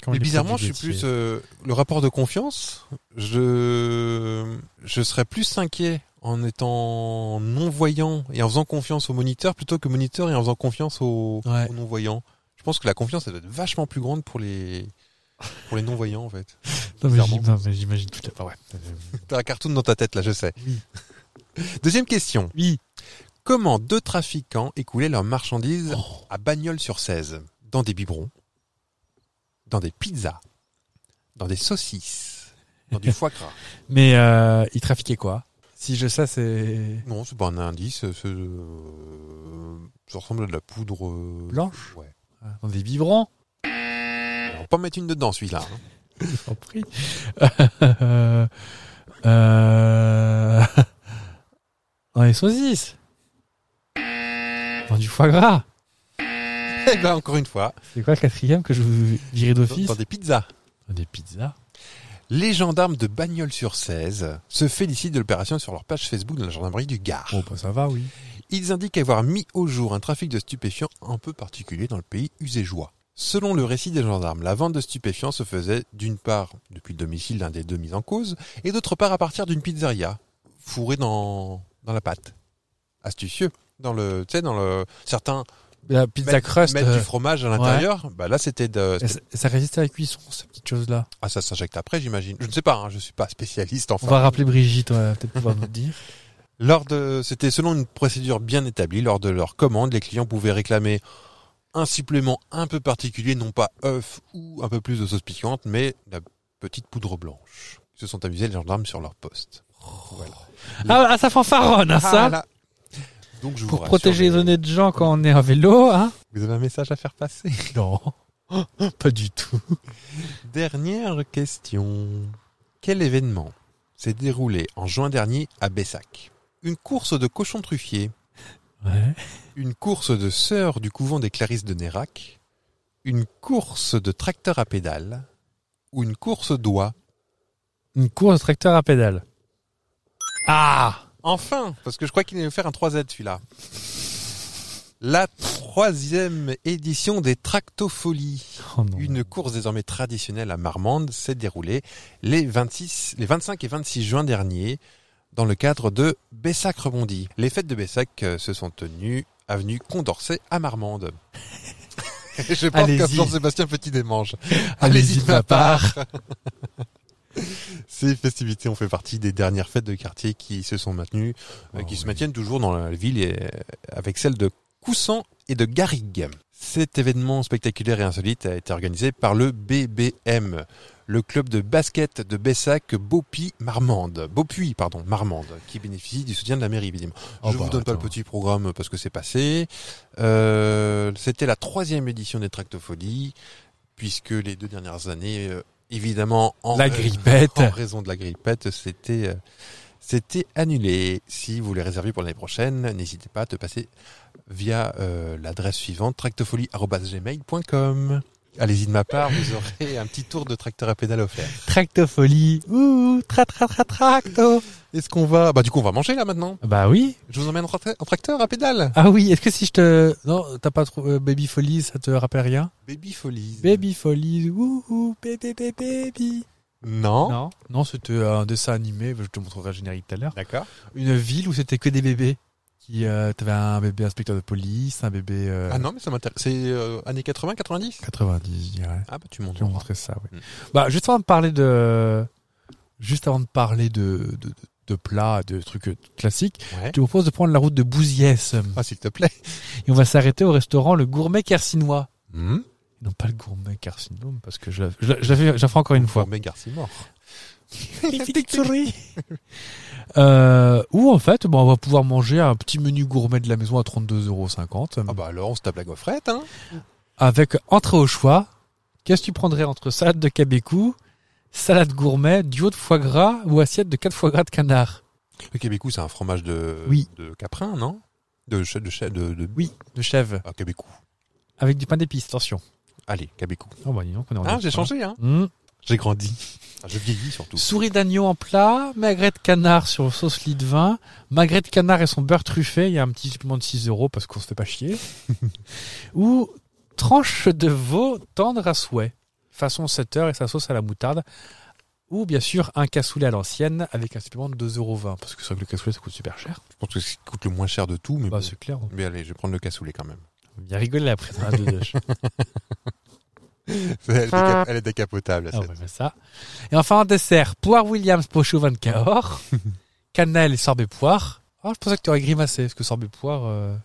A: Comment
B: Mais
A: il est
B: bizarrement, je
A: produit,
B: suis plus
A: Gauthier
B: euh, le rapport de confiance. Je je serais plus inquiet en étant non voyant et en faisant confiance au moniteur plutôt que moniteur et en faisant confiance au,
A: Ouais.
B: non voyant. Je pense que la confiance elle doit être vachement plus grande pour les pour les non voyants en fait.
A: Non, mais j'im-
B: bizarrement.
A: non, mais j'imagine tout à fait. Ouais.
B: T'as un cartoon dans ta tête là, je sais.
A: Oui.
B: Deuxième question.
A: Oui.
B: Comment deux trafiquants écoulaient leurs marchandises
A: Oh.
B: à bagnoles sur 16 Dans des biberons, dans des pizzas, dans des saucisses, dans du foie gras.
A: Mais euh, il trafiquait quoi Si je sais, c'est. euh,
B: Non, c'est pas un indice. c'est, euh, ça ressemble à de la poudre euh,
A: Blanche
B: Ouais.
A: Dans des biberons
B: On va pas mettre une dedans celui-là. hein.
A: Je t'en prie. euh, euh, dans les saucisses Dans du foie gras
B: Eh ben, encore une fois,
A: C'est quoi le quatrième que je vous dirai
B: dans,
A: d'office
B: dans des pizzas.
A: Dans des pizzas
B: Les gendarmes de Bagnoles-sur-16 se félicitent de l'opération sur leur page Facebook de la gendarmerie du Gard.
A: Bon, bah, ça va, oui.
B: Ils indiquent avoir mis au jour un trafic de stupéfiants un peu particulier dans le pays uségeois. Selon le récit des gendarmes, la vente de stupéfiants se faisait d'une part depuis le domicile d'un des deux mis en cause et d'autre part à partir d'une pizzeria fourrée dans, dans la pâte. Astucieux. Dans le, tu sais, dans le, certains
A: La pizza
B: mettent,
A: crust,
B: mettent
A: euh,
B: du fromage à l'intérieur. Bah là, c'était de,
A: ça, ça résiste à la cuisson, cette petite chose-là.
B: ah, ça s'injecte après, j'imagine. Je ne sais pas, hein, je suis pas spécialiste en
A: On va rappeler Brigitte, on va peut-être pouvoir nous le dire.
B: Lors de, c'était selon une procédure bien établie. Lors de leur commande, les clients pouvaient réclamer un supplément un peu particulier, non pas œuf ou un peu plus de sauce piquante, mais la petite poudre blanche. Ils se sont amusés les gendarmes sur leur poste. Voilà.
A: Ah, ah, ça fanfaronne, hein, ça
B: Ah là. Donc je vous
A: Pour
B: rassure,
A: protéger les
B: mais-
A: honnêtes gens quand on est en vélo, hein
B: Vous avez un message à faire passer.
A: Non, pas du tout.
B: Dernière question. Quel événement s'est déroulé en juin dernier à Bessac Une course de cochons truffiers.
A: Ouais.
B: une course de sœurs du couvent des Clarisses de Nérac, une course de tracteur à pédale ou une course d'oie.
A: Une course tracteur à pédale. Ah
B: Enfin, parce que je crois qu'il allait me faire un 3Z celui-là. La troisième édition des Tractofolies,
A: Oh non.
B: une course désormais traditionnelle à Marmande, s'est déroulée les, 26, les 25 et 26 juin dernier dans le cadre de Bessac Rebondit. Les fêtes de Bessac euh, se sont tenues avenue Condorcet à Marmande. je pense
A: Allez-y.
B: que Jean-Sébastien Petit démange.
A: Allez-y de ma part.
B: Ces festivités ont fait partie des dernières fêtes de quartier qui se sont maintenues, euh,
A: Oh
B: qui se
A: oui.
B: maintiennent toujours dans la ville et, euh, avec celles de Coussan et de Garrigue. Cet événement spectaculaire et insolite a été organisé par le BBM, le club de basket de Bessac Beaupuy Marmande, Beaupuy pardon Marmande, qui bénéficie du soutien de la mairie évidemment.
A: Oh
B: Je
A: bah,
B: vous donne pas le
A: attends.
B: petit programme parce que c'est passé. Euh, C'était la troisième édition des Tractofolies, puisque les deux dernières années, euh, évidemment, en,
A: La grippette.
B: en raison de la grippette, c'était euh, c'était annulé. Si vous voulez réserver pour l'année prochaine, n'hésitez pas à te passer via euh, l'adresse suivante tractofolie@gmail.com. Allez-y de ma part, vous aurez un petit tour de tracteur à pédale offert.
A: Tractofolie. Ouh, tra tra tra tracto.
B: Est-ce qu'on va Bah du coup, on va manger là maintenant.
A: Bah oui.
B: Je vous emmène en, tra- en tracteur à pédale.
A: Ah oui, est-ce que si je te... Non, t'as pas trop... euh, baby folie, ça te rappelle rien
B: Baby folie.
A: Baby folie, ouh, ouh, baby, baby, baby.
B: Non.
A: Non, non c'était un dessin animé, je te montrerai le générique tout à l'heure.
B: D'accord.
A: Une ville où c'était que des bébés. Qui, euh, t'avais un bébé inspecteur de police, un bébé euh,
B: Ah non, mais ça m'intéresse. C'est euh, années 80, 90
A: 90, je dirais.
B: Ah bah tu montes.
A: Je vais montrer ça, oui.
B: Mm.
A: Bah, juste avant de parler de, juste avant de parler de, de, de- de plats, de trucs euh, classiques,
B: Ouais.
A: je te propose de prendre la route de Bouziès.
B: Ah s'il te plaît. Hmm.
A: Et on va s'arrêter au restaurant Le Gourmet Kersinois. et non pas le gourmet carcinome, parce que je la- je la- je la fais- je la ferai encore une fois.
B: Pour Garci mort.
A: La petite souris. Euh, Ou en fait, bon, on va pouvoir manger un petit menu gourmet de la maison à 32,50€
B: Ah bah alors, on se tape la gaufrette, hein
A: avec entrée au choix. Qu'est-ce que tu prendrais entre salade de cabécou, salade gourmet, duo de foie gras ou assiette de 4 foie gras de canard
B: Le Québécois, c'est un fromage de,
A: Oui.
B: de caprin, non De chè- de, chè- de, de...
A: Oui. De chèvre
B: Ah, Québécois.
A: avec du pain d'épices, attention.
B: Allez, Québécois.
A: Oh bah dis donc, on est en
B: Ah,
A: retard.
B: j'ai changé, hein
A: Hmm.
B: J'ai grandi. Ah, je vieillis surtout.
A: Souris d'agneau en plat, magret de canard sur sauce lit de vin, magret de canard et son beurre truffé, il y a un petit supplément de 6 euros parce qu'on se fait pas chier. Ou tranche de veau tendre à souhait, façon 7 heures et sa sauce à la moutarde. Ou bien sûr un cassoulet à l'ancienne avec un supplément de 2,20 euros. Parce que c'est vrai que le cassoulet ça coûte super cher.
B: Je pense que c'est ce qui coûte le moins cher de tout, mais
A: Bah,
B: bon.
A: c'est clair.
B: Mais allez, je vais prendre le cassoulet quand même.
A: On bien rigoler après ça. deux dèches.
B: Elle est, déca- elle est décapotable,
A: Ah
B: cette.
A: ouais, mais ça. Et enfin en dessert, poire Williams pochot 20 Cahors, cannelle et sorbet poire. Ah, je pensais que tu aurais grimacé parce que sorbet poire. euh,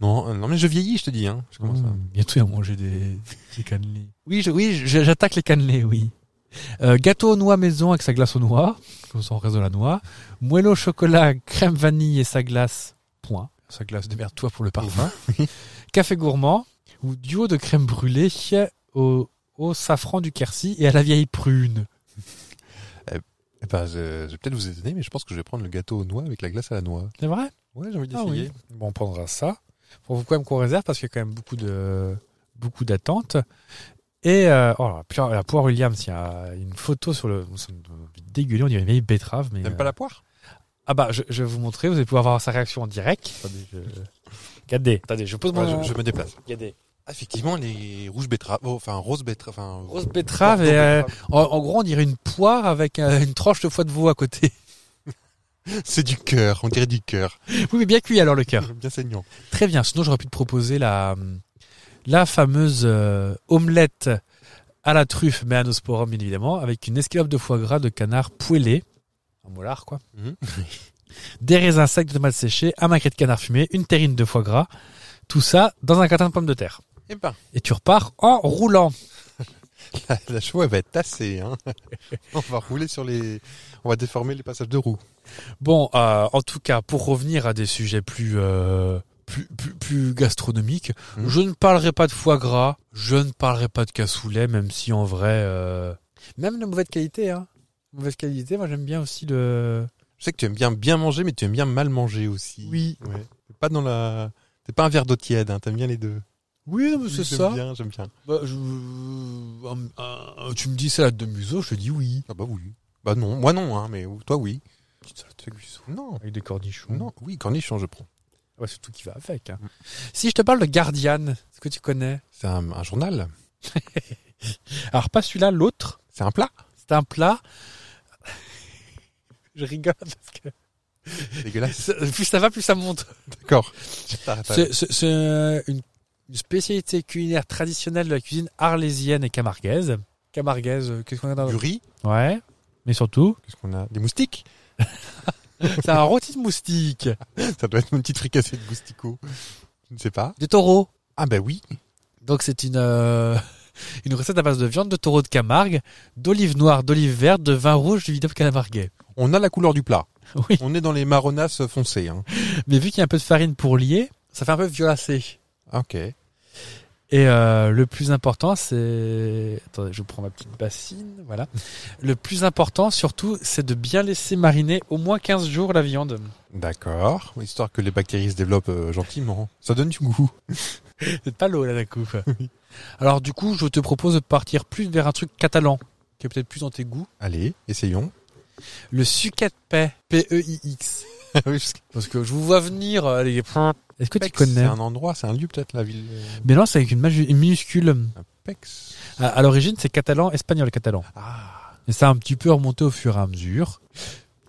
B: Non, euh, non, mais je vieillis, je te dis, hein. Je commence à-
A: Mmh, Bientôt, il va manger des, des cannelés. Oui, je- oui, je- j'attaque les cannelés, oui. Euh, gâteau aux noix maison avec sa glace aux noix, comme ça on réseau la noix. Moello au chocolat, crème vanille et sa glace, point. Sa glace, démerde-toi pour le parfum. Café gourmand ou duo de crème brûlée au, au safran du Quercy et à la vieille prune.
B: Eh ben, je, je vais peut-être vous étonner, mais je pense que je vais prendre le gâteau aux noix avec la glace à la noix.
A: C'est vrai
B: Ouais, j'ai envie
A: Ah
B: d'essayer.
A: Bon, on prendra ça. Faut quand même qu'on réserve parce qu'il y a quand même beaucoup de beaucoup d'attentes. Et euh, oh là, puis la poire Williams, il y a une photo sur le ça me dégueulé, on dirait une vieille betterave, mais
B: T'aimes
A: euh,
B: pas la poire
A: ah bah je, je vais vous montrer, vous allez pouvoir voir sa réaction en direct. Attendez, je... Regardez, attendez, je pose
B: Ouais,
A: mon
B: je, je me déplace.
A: regardez.
B: Ah, Effectivement, les rouges betteraves, oh, enfin rose betterave, enfin
A: Grosse betterave et euh, en, en gros on dirait une poire avec euh, une tranche de foie de veau à côté.
B: c'est du cœur, on dirait du cœur,
A: Oui mais bien cuit alors le cœur.
B: bien saignant.
A: Très bien, sinon j'aurais pu te proposer la, la fameuse euh, omelette à la truffe, mais à nosporum bien évidemment, avec une escalope de foie gras de canard poêlée, un molar quoi,
B: Mhm.
A: des raisins secs de tomates séchées, un maquet de canard fumé, une terrine de foie gras, tout ça dans un gratin de pommes de terre.
B: Eh ben,
A: Et tu repars en roulant.
B: la, Ah, la chaux, elle va être tassée, hein. on va rouler sur les, on va déformer les passages de roues.
A: Bon, euh, en tout cas, pour revenir à des sujets plus, euh, plus, plus, plus gastronomiques,
B: Mhm.
A: je ne parlerai pas de foie gras, je ne parlerai pas de cassoulet, même si en vrai, euh, même de mauvaise qualité. Hein. Mauvaise qualité, moi j'aime bien aussi le...
B: Je sais que tu aimes bien bien manger, mais tu aimes bien mal manger aussi.
A: Oui,
B: Ouais. T'es pas dans la, t'es pas un verre d'eau tiède, hein. t'aimes bien les deux.
A: oui, non, mais c'est
B: J'aime
A: ça.
B: bien, j'aime bien.
A: Bah, je- un- un- tu me dis salade de museau, je te dis oui.
B: Ah bah oui. Bah non, moi non, hein, mais toi oui. Non,
A: Avec des cornichons.
B: non, oui, cornichon je prends.
A: Ouais, c'est tout qui va avec. hein. Si je te parle de Guardian, est-ce que tu connais
B: C'est un, un journal,
A: Alors pas celui-là, l'autre.
B: c'est un plat.
A: C'est un plat. Je rigole parce que
B: Dégueulasse.
A: ça- plus ça va, plus ça monte.
B: D'accord. Je t'arrête.
A: C'est c'est- c'est, euh, une une spécialité culinaire traditionnelle de la cuisine arlésienne et camarguaise. Camarguaise, euh, qu'est-ce qu'on a dans
B: Du riz.
A: Ouais. Mais surtout,
B: Qu'est-ce qu'on a Des moustiques
A: c'est un rôti de moustique,
B: Ça doit être une petite fricassée de mousticots. Je ne sais pas.
A: de taureau.
B: Ah bah oui.
A: Donc c'est une euh, une recette à base de viande de taureau de Camargue, d'olives noires, d'olives vertes, de vin rouge, du vidop camarguais.
B: On a la couleur du plat.
A: Oui.
B: On est dans les marronasses foncées. Hein.
A: Mais vu qu'il y a un peu de farine pour lier, ça fait un peu violacé.
B: Ok.
A: Et euh, le plus important, c'est... Attendez, je prends ma petite bassine, voilà. Le plus important, surtout, c'est de bien laisser mariner au moins 15 jours la viande.
B: D'accord. Histoire que les bactéries se développent euh, gentiment. Ça donne du goût.
A: C'est pas l'eau, là, d'un coup. Alors, du coup, je te propose de partir plus vers un truc catalan, qui est peut-être plus dans tes goûts.
B: Allez, essayons.
A: Le suquet de paix, P-E-I-X.
B: Oui, parce que
A: Parce que je vous vois venir, euh, les... Est-ce que tu
B: Pex, c'est
A: connais
B: un endroit, c'est un lieu peut-être, la ville. euh,
A: Mais non, c'est avec une, maju- une minuscule.
B: Pex.
A: À, à l'origine, c'est catalan, espagnol, catalan.
B: Ah.
A: Et ça a un petit peu remonté au fur et à mesure.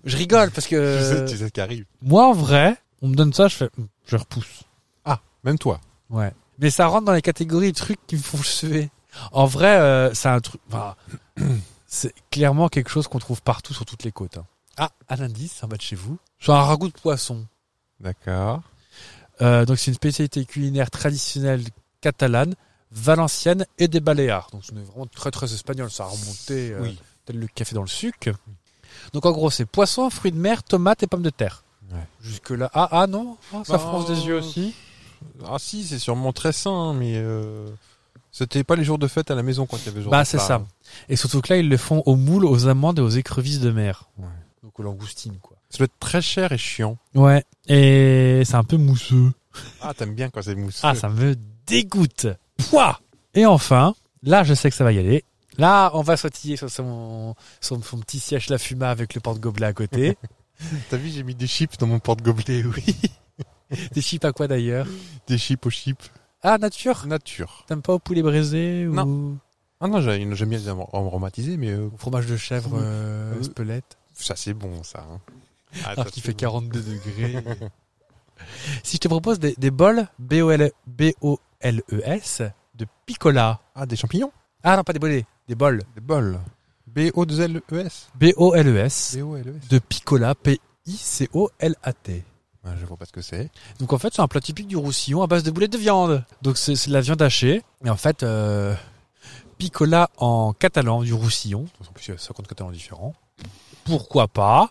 A: Je rigole, parce que...
B: Tu, sais, tu sais ce qui arrive.
A: Moi, en vrai, on me donne ça, je fais, hum, je repousse.
B: Ah, même toi.
A: Ouais. Mais ça rentre dans les catégories de trucs qui me font suer. En vrai, euh, c'est un truc. enfin, c'est clairement quelque chose qu'on trouve partout sur toutes les côtes. hein. Ah, un indice en bas de chez vous. Sur un ragoût de poisson.
B: D'accord.
A: Euh, donc c'est une spécialité culinaire traditionnelle catalane, valencienne et des Baléares. Donc c'est vraiment très très espagnol, ça a remonté euh,
B: Oui.
A: tel le café dans le sucre. Donc en gros c'est poisson, fruits de mer, tomates et pommes de terre.
B: Ouais.
A: Jusque là, ah ah non, Ah, ça
B: Bah,
A: fronce des yeux aussi.
B: Ah si, c'est sûrement très sain, hein, mais euh, c'était pas les jours de fête à la maison quand il y avait ce genre
A: Bah
B: de
A: c'est
B: plat.
A: ça. Et surtout que là ils le font aux moules, aux amandes et aux écrevisses de mer.
B: Ouais.
A: Donc aux langoustines quoi.
B: Ça doit être très cher et chiant.
A: Ouais. Et c'est un peu mousseux.
B: Ah, t'aimes bien quand c'est mousseux.
A: Ah, ça me dégoûte. Pouah Et enfin, là, je sais que ça va y aller. Là, on va sautiller sur son, son, son petit siège la fuma avec le porte-gobelet à côté.
B: T'as vu, j'ai mis des chips dans mon porte-gobelet, oui.
A: Des chips à quoi d'ailleurs
B: Des chips aux chips.
A: Ah, nature
B: Nature.
A: T'aimes pas au poulet braisé ou
B: Ah non, j'ai- j'aime bien les arom- aromatiser, mais euh,
A: au fromage de chèvre
B: Oui.
A: euh,
B: Euh,
A: spelette
B: ça c'est bon, ça. hein. Ah,
A: alors
B: ça,
A: qu'il
B: c'est
A: fait
B: bon.
A: 42 degrés Si je te propose des, des bols B-O-L- B-O-L-E-S E de picola.
B: Ah, des champignons
A: Ah non, pas des bolets, des bols.
B: Des bols. B-O-L-E-S.
A: B-O-L-E-S.
B: B-O-L-E-S.
A: E de Picola, P-I-C-O-L-A-T.
B: Ah, je vois pas ce que c'est.
A: Donc en fait, c'est un plat typique du Roussillon à base de boulettes de viande. Donc c'est c'est de la viande hachée. Et en fait, euh, Picola en catalan du Roussillon. En plus, il y a 50 catalans différents. Pourquoi pas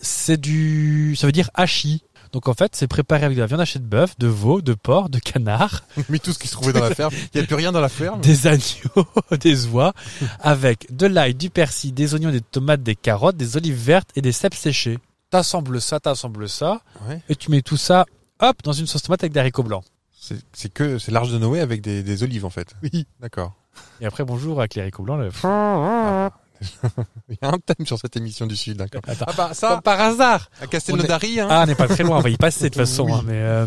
A: C'est du. Ça veut dire hachis. Donc en fait, c'est préparé avec de la viande hachée de bœuf, de veau, de porc, de canard,
B: Mais tout ce qui se trouvait dans la ferme, il n'y a plus rien dans la ferme.
A: des agneaux, des oies, avec de l'ail, du persil, des oignons, des tomates, des carottes, des olives vertes et des cèpes séchés. T'assembles ça, t'assembles ça,
B: Ouais.
A: et tu mets tout ça, hop, dans une sauce tomate avec des haricots blancs.
B: C'est c'est que c'est l'arche de Noé avec des, des olives en fait. Oui. D'accord.
A: Et après, bonjour, avec les haricots blancs, le...
B: Il y a un thème sur cette émission du Sud, d'accord.
A: Attends.
B: Ah bah
A: Comme
B: ça,
A: par hasard
B: à Castelnaudary, hein.
A: Ah, on n'est pas très loin, on va y passer de toute façon.
B: Oui.
A: hein, mais, euh,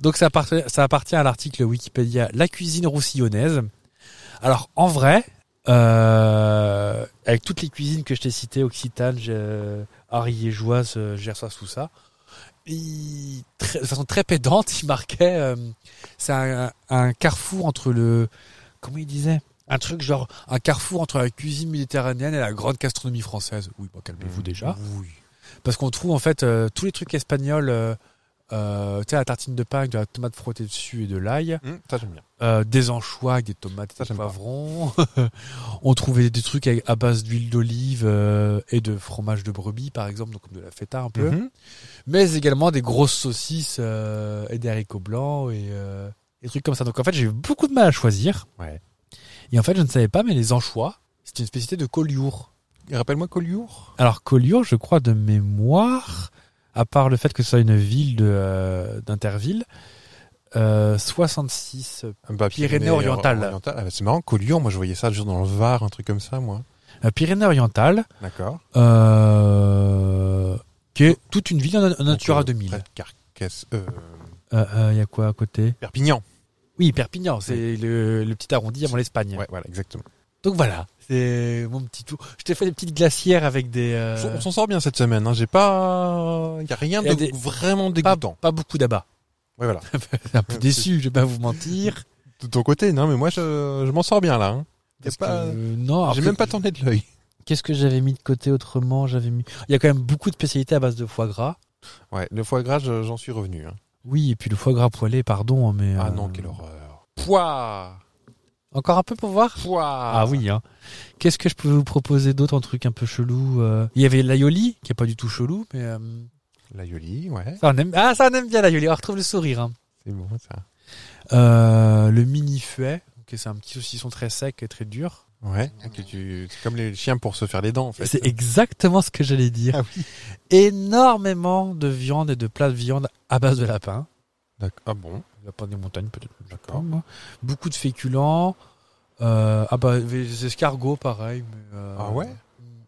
A: Donc ça appartient, ça appartient à l'article Wikipédia La cuisine roussillonnaise. Alors en vrai, euh, avec toutes les cuisines que je t'ai citées, occitane, euh, ariégeoise, euh, gersoise, tout ça, il- très- de façon très pédante, il marquait, euh, c'est un, un carrefour entre le, comment il disait un truc genre un carrefour entre la cuisine méditerranéenne et la grande gastronomie française. Oui, bon,
B: Ah.
A: calmez-vous
B: Mmh.
A: déjà
B: Oui.
A: parce qu'on trouve en fait euh, tous les trucs espagnols, euh, euh, tu sais, la tartine de pain, avec de la tomate frottée dessus et de l'ail,
B: Hum, ça j'aime bien.
A: euh, des anchois, avec des tomates,
B: Ça,
A: des
B: j'aime pas.
A: poivrons. On trouvait des trucs avec- à base d'huile d'olive euh, et de fromage de brebis, par exemple, donc comme de la feta un peu,
B: Mhm.
A: mais également des grosses saucisses euh, et des haricots blancs et euh, des trucs comme ça. Donc en fait, j'ai eu beaucoup de mal à choisir.
B: Ouais.
A: Et en fait, je ne savais pas, mais les anchois, c'est une spécialité de Collioure.
B: Et Rappelle-moi Collioure.
A: Alors Collioure, je crois de mémoire, à part le fait que ce soit une ville de, euh, d'Interville, euh, 66.
B: Bah,
A: Pyrénées-Orientales.
B: Orientales. Ah, bah, c'est marrant, Collioure, moi je voyais ça toujours dans le Var, un truc comme ça, moi.
A: Euh, Pyrénées-Orientales,
B: D'accord.
A: euh, qui est toute une ville en, en Natura
B: Donc, euh,
A: 2000.
B: près de Carcasse, euh,
A: Il euh, euh, y a quoi à côté
B: Perpignan.
A: Oui, Perpignan, c'est le, le petit arrondi avant l'Espagne.
B: Ouais, voilà, exactement.
A: Donc voilà, c'est mon petit tour. Je t'ai fait des petites glacières avec des... euh,
B: On s'en sort bien cette semaine, hein. J'ai pas, il y a rien
A: y a
B: de
A: des-
B: vraiment
A: pas,
B: dégoûtant.
A: pas beaucoup d'abats.
B: Ouais, voilà.
A: Un peu déçu, je vais pas vous mentir.
B: De ton côté, non, mais moi je, je m'en sors bien là. hein. Y a
A: parce
B: pas-
A: que, euh, non,
B: J'ai
A: après-
B: même pas tourné de l'œil.
A: Qu'est-ce que j'avais mis de côté autrement J'avais mis. Il y a quand même beaucoup de spécialités à base de foie gras.
B: Ouais, le foie gras, je- j'en suis revenu. hein.
A: Oui, et puis le foie gras poêlé, pardon, mais.
B: Ah
A: euh,
B: non, quelle horreur. Pouah
A: Encore un peu pour voir.
B: Pouah
A: Ah, oui. Hein. Qu'est-ce que je pouvais vous proposer d'autre, un truc un peu chelou euh, Il y avait l'aioli, qui est pas du tout chelou, mais euh,
B: L'aioli, ouais.
A: ça on aime. Ah, ça on aime bien l'aioli. On retrouve le sourire. hein.
B: C'est bon ça.
A: Euh, le mini fuet, qui c'est un petit saucisson très sec et très dur.
B: Ouais. que tu- C'est comme les chiens pour se faire les dents en fait.
A: C'est exactement ce que j'allais dire.
B: Ah oui.
A: Énormément de viande et de plats de viande à base de lapin.
B: D'accord. Ah bon
A: La pente des montagnes, peut-être. je sais pas,
B: D'accord.
A: moi. Beaucoup de féculents. Euh, ah bah, les escargots, pareil. mais, euh,
B: Ah ouais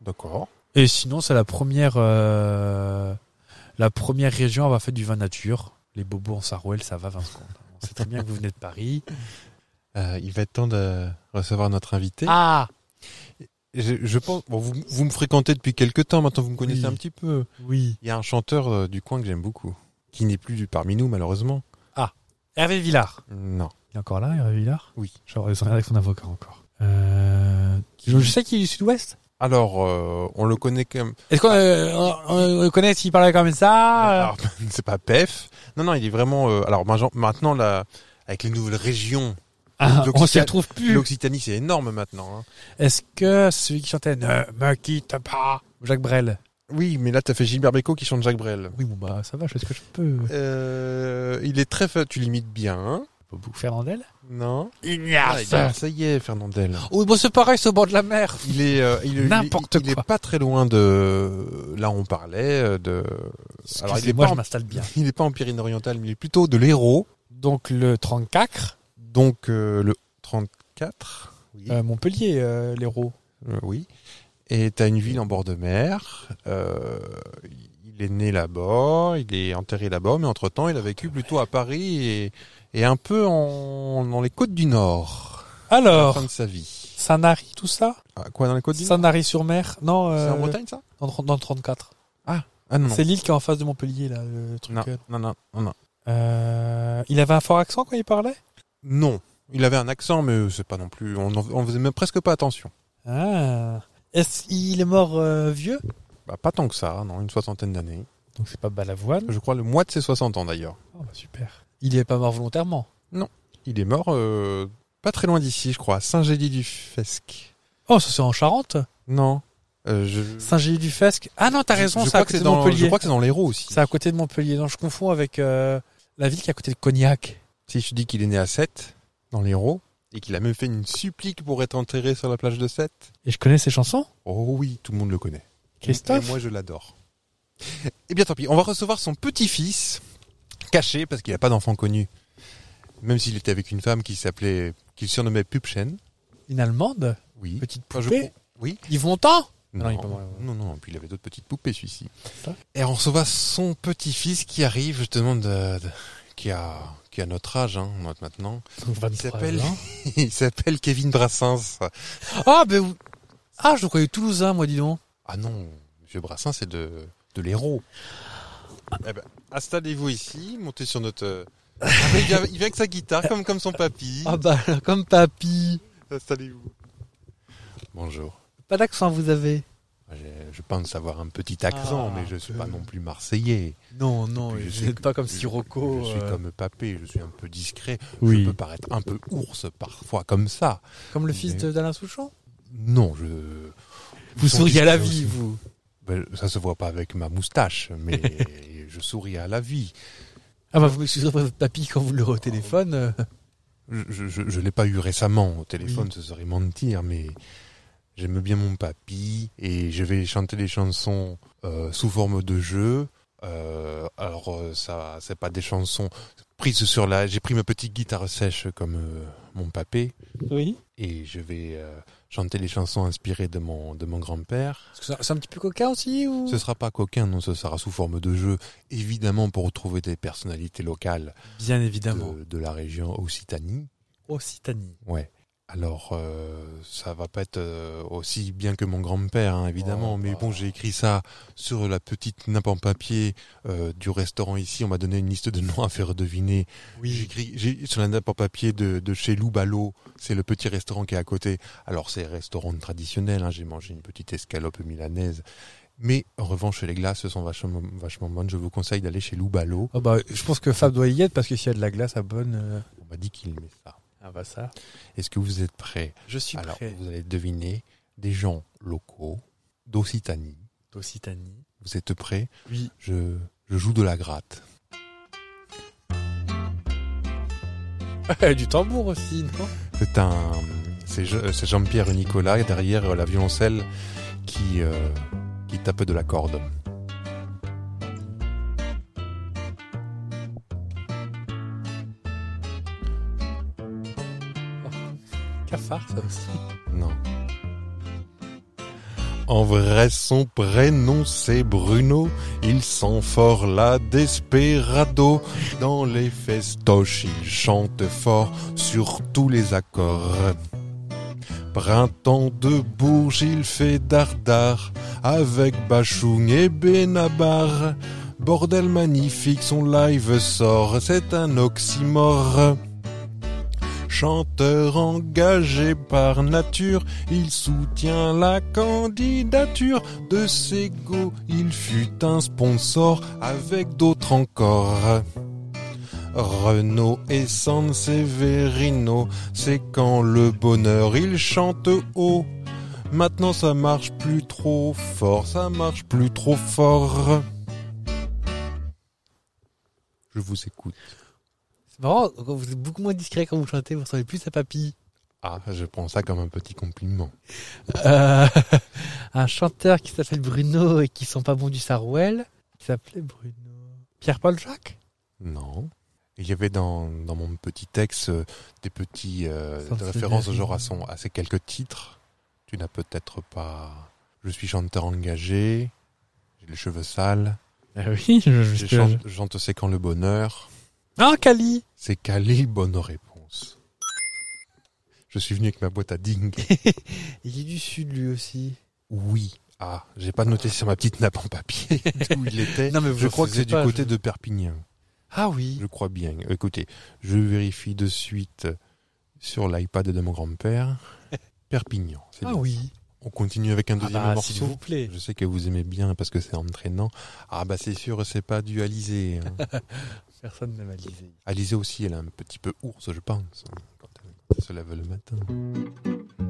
B: D'accord.
A: Et sinon, c'est la première, euh, la première région à avoir fait du vin nature. Les bobos en Sarouel, ça va 20 secondes. On sait très bien que vous venez de Paris.
B: Euh, il va être temps de recevoir notre invité.
A: Ah
B: Je, je pense. Bon, vous, vous me fréquentez depuis quelques temps maintenant, vous me connaissez
A: Oui.
B: un petit peu.
A: Oui.
B: Il y a un chanteur euh, du coin que j'aime beaucoup, qui n'est plus du- parmi nous malheureusement.
A: Hervé Villard.
B: Non.
A: Il est encore là, Hervé Villard
B: Oui.
A: Genre, ils sont avec son avocat encore. Euh, je je sais qu'il est du sud-ouest.
B: Alors, euh, on le connaît quand même.
A: Est-ce qu'on euh, on- on le connaît s'il parlait comme ça euh,
B: Alors, c'est pas PEF. Non, non, il est vraiment. euh, alors, maintenant, là, avec les nouvelles régions
A: Ah, on s'y
B: L'Occitanie,
A: retrouve plus.
B: l'Occitanie, c'est énorme maintenant. hein.
A: Est-ce que celui qui chantait Ne me quitte pas Jacques Brel.
B: Oui, mais là, t'as fait Gilbert Bécaud qui chante Jacques Brel.
A: Oui, bon, bah ça va, je fais ce que je peux.
B: Euh, il est très fa- Tu l'imites bien, hein
A: Boubou Fernandel
B: Non Ah,
A: Ignace
B: il a- Ça y est, Fernandel.
A: Oui, bon, c'est pareil, c'est au bord de la mer.
B: Il est, euh, il, il-
A: N'importe
B: il- il
A: quoi.
B: est pas très loin de. Là, on parlait euh, de. Alors, il est
A: moi,
B: pas
A: je
B: en-
A: m'installe bien.
B: Il est pas en Pyrénées-Orientales, mais il est plutôt de l'Hérault.
A: Donc le 34,
B: Donc, euh, le 34. Oui.
A: euh, Montpellier, euh, l'héros.
B: Euh, oui. Et t'as une ville en bord de mer. Euh, il est né là-bas, il est enterré là-bas, mais entre-temps, il a vécu plutôt à Paris et, et un peu en, dans les côtes du Nord. à la
A: Alors,
B: fin de sa vie.
A: Sanary, tout ça
B: Ah, quoi, dans les côtes du Nord
A: Sanary-sur-Mer Non,
B: C'est
A: euh,
B: en Bretagne, ça
A: dans, le tron- dans le 34.
B: Ah non, non.
A: C'est l'île qui est en face de Montpellier, là, le truc.
B: Non,
A: euh.
B: non, non, non, non.
A: Euh, il avait un fort accent quand il parlait
B: Non. Il avait un accent, mais c'est pas non plus. On, en- on faisait même presque pas attention.
A: Ah. Est-ce qu'il est mort euh, vieux
B: Bah, pas tant que ça, non, une soixantaine d'années.
A: Donc c'est pas Balavoine.
B: Je crois le mois de ses 60 ans d'ailleurs.
A: Oh, bah, super. Il est pas mort volontairement.
B: Il est mort euh, pas très loin d'ici, je crois, à Saint-Gély-du-Fesque.
A: Oh, ça c'est en Charente
B: Non. Euh, je...
A: Saint-Gély-du-Fesque. Ah non, t'as
B: je-
A: raison,
B: je
A: c'est à
B: crois que
A: côté de
B: dans, Je
A: Montpellier.
B: crois que c'est dans l'Hérault aussi.
A: C'est à côté de Montpellier. Non, je confonds avec euh, la ville qui est à côté de Cognac.
B: Si je dis qu'il est né à 7, dans l'Hérault, et qu'il a même fait une supplique pour être enterré sur la plage de 7,
A: Et je connais ses chansons.
B: oh oui, tout le monde le connaît.
A: Christophe
B: Et moi, je l'adore. Eh bien, tant pis. On va recevoir son petit-fils, caché, parce qu'il n'a pas d'enfant connu. Même s'il était avec une femme qui s'appelait, qu'il surnommait Pupchen.
A: Une Allemande
B: Oui.
A: Petite
B: Ah, je
A: poupée
B: crois- Oui.
A: Yves Montand Ah
B: Non,
A: non, il
B: non,
A: est pas mort, ouais.
B: non, non, Puis il avait d'autres petites poupées, celui-ci.
A: Ça
B: Et on recevoir son petit-fils qui arrive, je te demande, de- de- qui a, qui a notre âge, hein, notre maintenant. Il s'appelle, il s'appelle Kevin Brassens.
A: Ah, ben. vous- Ah, je le croyais toulousain, moi, dis donc.
B: Ah non, Monsieur Brassens, c'est de, de l'héros. Eh ben, installez-vous ici, montez sur notre. euh, ah ben, il, vient, il vient avec sa guitare, comme, comme son papy.
A: Ah, bah, comme papy.
B: Installez-vous. Bonjour.
A: Pas d'accent, vous avez
B: J'ai- Je pense avoir un petit accent,
A: Ah,
B: mais je suis
A: euh.
B: pas non plus marseillais.
A: Non, non,
B: Puis je
A: vous
B: sais
A: n'êtes
B: que-
A: pas comme
B: je-
A: Sirocco.
B: Je, suis
A: euh,
B: comme papé, je suis un peu discret.
A: Oui.
B: Je peux paraître un peu ours parfois comme ça.
A: comme le fils de- d'Alain Souchon
B: Non, je.
A: Vous
B: Son
A: souriez à la
B: discret
A: vie,
B: aussi.
A: vous.
B: Ben, ça se voit pas avec ma moustache, mais je souris à la vie.
A: Ah, bah, vous m'excuserez pour votre papy quand vous l'aurez au téléphone. euh.
B: Je- Je ne l'ai pas eu récemment au téléphone, ce serait mentir, mais j'aime bien mon papy et je vais chanter des chansons euh, sous forme de jeu. Euh, alors euh, ça, c'est pas des chansons prises sur la. J'ai pris ma petite guitare sèche comme euh, mon papé
A: Oui.
B: et je vais euh, chanter les chansons inspirées de mon de mon grand-père.
A: Parce que c'est- C'est un petit peu coquin aussi ou...
B: Ce sera pas coquin, non, ce sera sous forme de jeu, évidemment pour retrouver des personnalités locales
A: Bien
B: de, de la région Occitanie.
E: Oh,
A: Occitanie.
B: Ouais. Alors, euh, ça va pas être euh, aussi bien que mon grand-père, hein, évidemment.
A: Oh,
B: mais
A: bah.
B: bon, j'ai écrit ça sur la petite nappe en papier euh, du restaurant ici. On m'a donné une liste de noms à faire deviner. J'ai écrit j'ai- sur la nappe en papier de, de chez Lou Ballot. C'est le petit restaurant qui est à côté. Alors, c'est un restaurant traditionnel. hein, j'ai mangé une petite escalope milanaise. Mais en revanche, les glaces sont vachement, vachement bonnes. Je vous conseille d'aller chez Lou Ballot.
A: Ah bah, je pense que Fab doit y être parce que s'il y a de la glace à bonne. euh,
B: On m'a dit qu'il met ça.
A: Ah bah ça.
B: Est-ce que vous êtes prêts
A: Je suis
B: Alors,
A: prêt.
B: vous allez deviner des gens locaux d'Occitanie.
A: D'Occitanie.
B: Vous êtes prêts
A: Oui.
B: je, je joue de la gratte.
A: du tambour aussi, non
B: C'est un, c'est Je- c'est Jean-Pierre Nicolas derrière la violoncelle qui euh, qui tape de la corde.
A: Cafard, ça aussi.
B: Non. En vrai, son prénom c'est Bruno. Il sent fort la desperado. Dans les festoches, il chante fort sur tous les accords. Printemps de Bourges, il fait dardard avec Bachoung et Benabar. Bordel magnifique, son live sort, c'est un oxymore. Chanteur engagé par nature, il soutient la candidature de Sego. Il fut un sponsor avec d'autres encore. Renaud et San Severino, c'est quand le bonheur il chante haut. Maintenant ça marche plus trop fort, ça marche plus trop fort. Je vous écoute.
E: C'est marrant, vous êtes beaucoup moins discret quand vous chantez, vous ressemblez plus à Papy.
B: Ah, je prends ça comme un petit compliment.
E: Euh, un chanteur qui s'appelle Bruno et qui sont pas bons du Sarouel, qui s'appelait Bruno. Pierre-Paul Jacques
B: Non. Il y avait dans, dans mon petit texte euh, des petits euh,
E: Sans
B: des références
E: Severino.
B: genre à, son, à ces quelques titres. Tu n'as peut-être pas... Je suis chanteur engagé, j'ai les cheveux sales,
A: Ah oui, je,
B: je chante, je chante c'est quand le bonheur.
A: Ah, Cali
B: C'est Khalil, bonne réponse. Je suis venu avec ma boîte à ding.
E: Il est du Sud lui aussi.
B: Oui. Ah, j'ai pas noté sur ma petite nappe en papier d'où il était.
E: Non, mais vous
B: je crois que
E: faisiez
B: c'est du
E: pas,
B: côté
E: je-
B: de Perpignan.
E: Ah oui.
B: Je crois bien. Écoutez, je vérifie de suite sur l'iPad de mon grand-père. Perpignan. c'est
E: Ah
B: bien.
E: oui.
B: On continue avec un
E: Ah
B: deuxième
E: bah, s'il
B: morceau.
E: vous plaît.
B: Je sais que vous aimez bien parce que c'est entraînant. Ah bah c'est sûr, c'est pas du Alizé. hein.
E: Personne n'a malisé.
B: Alizé Ah, aussi, elle est un petit peu ours, je pense, hein, quand elle- quand elle se lève le matin.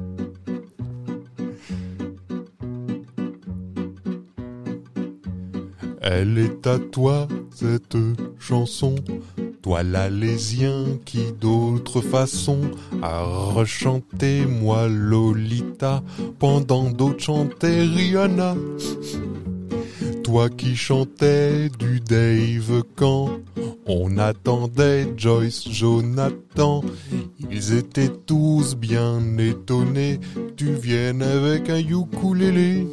B: Elle est à toi, cette chanson, toi l'alésien qui d'autre façon a rechanté, moi Lolita, pendant d'autres chantaient Rihanna. Toi qui chantais du Dave quand on attendait Joyce, Jonathan. Ils étaient tous bien étonnés. Tu viennes avec un ukulélé.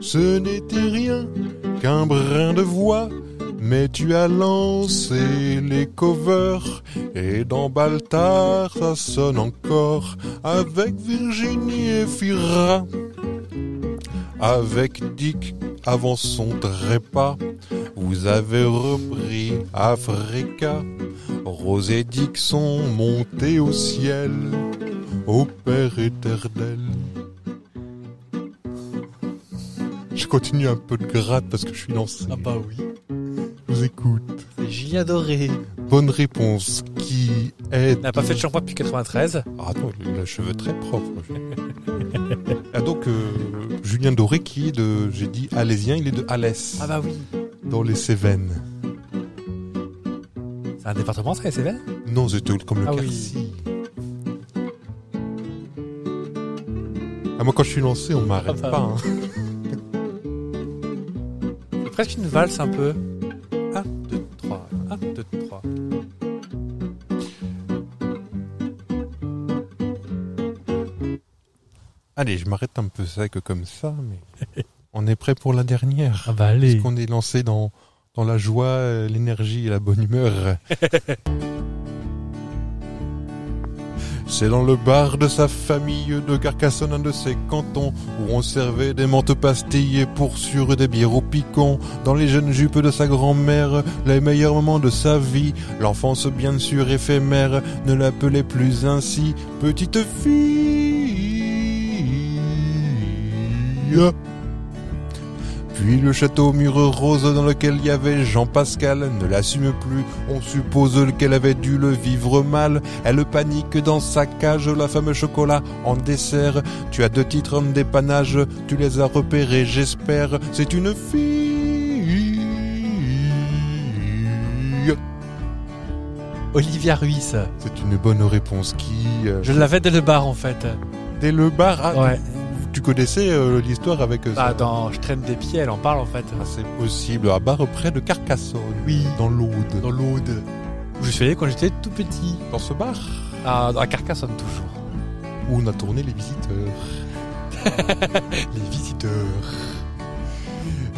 B: Ce n'était rien qu'un brin de voix. Mais tu as lancé les covers et dans Baltar ça sonne encore avec Virginie et Fira, avec Dick avant son trépas. Vous avez repris Africa, Rose et Dick sont montés au ciel, au Père éternel. Je continue un peu de gratte parce que je suis lancé.
E: Ah bah oui.
B: Je vous écoute.
E: C'est Julien Doré.
B: Bonne réponse. Qui est...
A: N'a pas fait de shampoing depuis 93.
B: Ah attends, il a les cheveux très propres. ah donc, euh, Julien Doré qui est de... J'ai dit Alésien, il est de Alès,
E: Ah bah oui.
B: dans les Cévennes.
A: C'est un département, ça, les Cévennes
B: Non, c'était comme le
A: Ah oui.
B: Quercy. Ah, moi, quand je suis lancé, on m'arrête
E: Ah bah.
B: pas. hein.
A: C'est presque une valse, un peu. 1, 2, 3, 1, 2, 3.
B: Allez, je m'arrête un peu sec comme ça, mais on est prêt pour la dernière.
A: Ah bah allez.
B: Parce qu'on est lancé dans, dans la joie, euh, l'énergie et la bonne humeur. C'est dans le bar de sa famille de Carcassonne, un de ses cantons, où on servait des menthes pastilles pour sûr des bières au picon. Dans les jeunes jupes de sa grand-mère, les meilleurs moments de sa vie, l'enfance bien sûr éphémère, ne l'appelait plus ainsi, petite fille. Puis le château mur rose dans lequel il y avait Jean-Pascal ne l'assume plus, on suppose qu'elle avait dû le vivre mal. Elle panique dans sa cage, la fameuse chocolat en dessert. Tu as deux titres en dépannage, tu les as repérés, j'espère. C'est une fille.
E: Olivia Ruiz.
B: C'est une bonne réponse qui... euh,
A: Je l'avais dès le bar, en fait.
B: Dès le bar, ah,
A: Ouais.
B: tu connaissais euh, l'histoire avec... euh,
A: Ah, dans Je traîne des pieds, elle en parle, en fait.
B: Ah, C'est possible, à barre près de Carcassonne. Oui. Dans l'Aude. Dans l'Aude.
A: Je suis allé quand j'étais tout petit.
B: Dans ce bar
A: Ah, à Carcassonne, toujours.
B: où on a tourné les visiteurs. les visiteurs.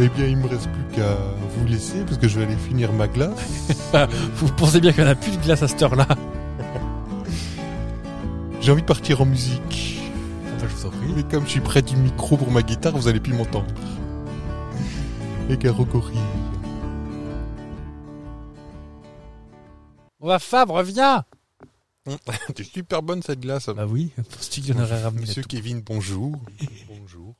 B: Eh bien, il me reste plus qu'à vous laisser parce que je vais aller finir ma glace.
A: Vous pensez bien qu'on a plus de glace à cette heure-là
B: J'ai envie de partir en musique.
A: Je vous en prie.
B: Mais comme Ah, je suis près du micro pour ma guitare, vous allez plus m'entendre. Et Garogori.
A: On va Fab, reviens
B: T'es super bonne cette glace.
A: Bah oui, penses-tu qu'il y en aurait ramené
B: Monsieur Kevin, bonjour. bonjour.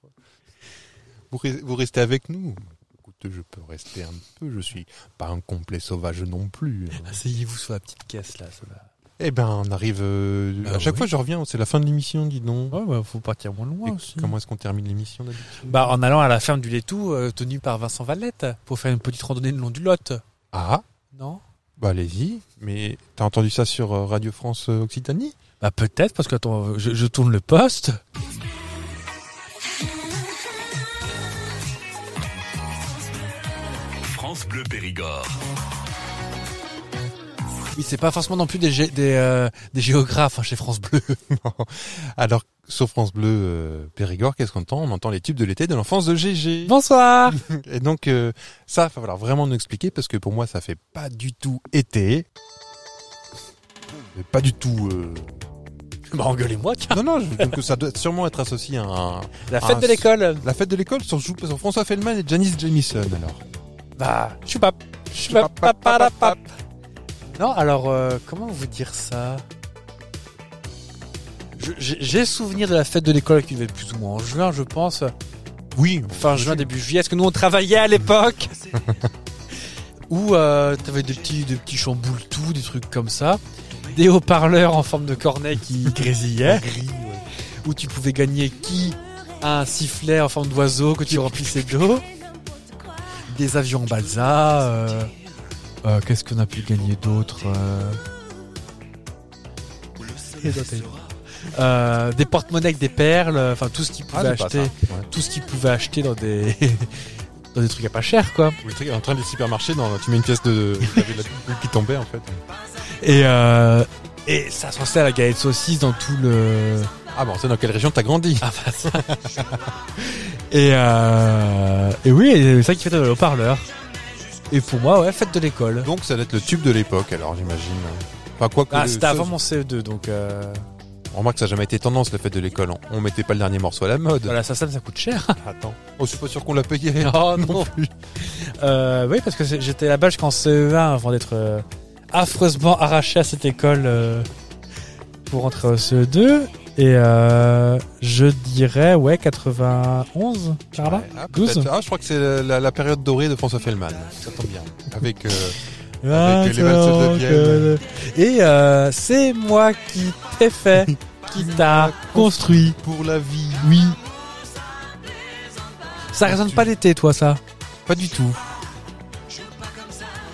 B: Vous, re- vous restez avec nous. Écoute, je peux rester un peu. Je suis pas un complet sauvage non plus. hein.
A: Asseyez-vous sur la petite caisse là. Ça va.
B: Eh ben, on arrive. euh,
A: Bah
B: à chaque
A: oui.
B: fois, je reviens. C'est la fin de l'émission, dis donc.
A: Ouais, bah, faut partir moins loin
B: Et
A: aussi.
B: comment est-ce qu'on termine l'émission d'habitude
A: Bah, en allant à la ferme du Laitou, euh, tenue par Vincent Vallette, pour faire une petite randonnée le long du Lot.
B: Ah,
A: Non
B: bah allez-y. Mais t'as entendu ça sur euh, Radio France euh, Occitanie
A: Bah, peut-être, parce que attends, je, je tourne le poste.
F: France Bleu Périgord.
A: Oui, c'est pas forcément non plus des, gé- des, euh, des géographes hein, chez France Bleu.
B: Alors, sur France Bleu euh, Périgord, qu'est-ce qu'on entend On entend les tubes de l'été de l'enfance de GG.
A: Bonsoir
B: Et donc, euh, ça, va falloir vraiment nous expliquer parce que pour moi, ça fait pas du tout été. Mais Pas du tout. euh,
A: Bah, engueulez-moi, tiens
B: Non, non, je- donc ça doit sûrement être associé à un-
A: La
B: Ah,
A: fête de
B: c'est-
A: l'école
B: la fête de l'école sur, sur François Feldman et Janice Jamison. Alors,
A: Bah, je suis pas. Je suis pas- pas- pas- pas- pas- Non, alors, euh, comment vous dire ça Je- J'ai j'ai souvenir de la fête de l'école qui devait être plus ou moins en juin, je pense.
B: oui,
A: fin juin, début juillet, parce que nous on travaillait à l'époque. Où euh, t'avais des petits, des petits chamboule-tout, des trucs comme ça. Des haut-parleurs en forme de cornet qui grésillaient. Où tu pouvais gagner qui Un sifflet en forme d'oiseau que tu remplissais d'eau. Des avions en balsa. euh, euh, Qu'est-ce qu'on a pu gagner d'autre euh, euh, Des porte-monnaies avec des perles. Enfin, tout ce qu'ils
B: Ah,
A: pouvaient
B: c'est pas
A: acheter
B: ça. Ouais.
A: tout ce qu'ils pouvaient acheter dans des dans des trucs à pas cher quoi.
B: Ou le truc en train des supermarchés, dans, tu mets une pièce de. T'avais de la poule qui tombait en fait.
A: Et euh, et ça se restait à la galette saucisse dans tout le
B: Ah bon, c'est dans quelle région t'as grandi
A: ah bah ça. et euh, et oui, et c'est ça qui fait le haut-parleur. Et pour moi, ouais, fête de l'école.
B: Donc ça doit être le tube de l'époque alors, j'imagine. Enfin, quoi que.
A: Ah,
B: le-
A: c'était
B: ça-
A: avant mon CE2 donc euh,
B: On remarque que ça n'a jamais été tendance la fête de l'école. On, on mettait pas le dernier morceau à la mode.
A: voilà, ça ça ça coûte cher.
B: Attends. Oh, je suis pas sûr qu'on l'a payé.
A: Oh non. Euh, oui, parce que c'est- j'étais là-bas jusqu'en CE1 avant d'être euh, affreusement arraché à cette école euh, pour entrer au CE2. Et euh, je dirais, ouais, 91 par là.
B: Ouais, ah,
A: 12.
B: peut-être. Ah, je crois que c'est la, la- la période dorée de François Fellman. Ça tombe bien. Avec. euh,
A: Ah,
B: les valseuses de
A: donc,
B: Vienne.
A: euh, Et euh, c'est moi qui t'ai fait, qui t'a construit.
B: pour la vie.
A: Oui. Ça
B: Ah,
A: résonne
B: tu-
A: pas l'été, toi, ça
B: Pas du tout.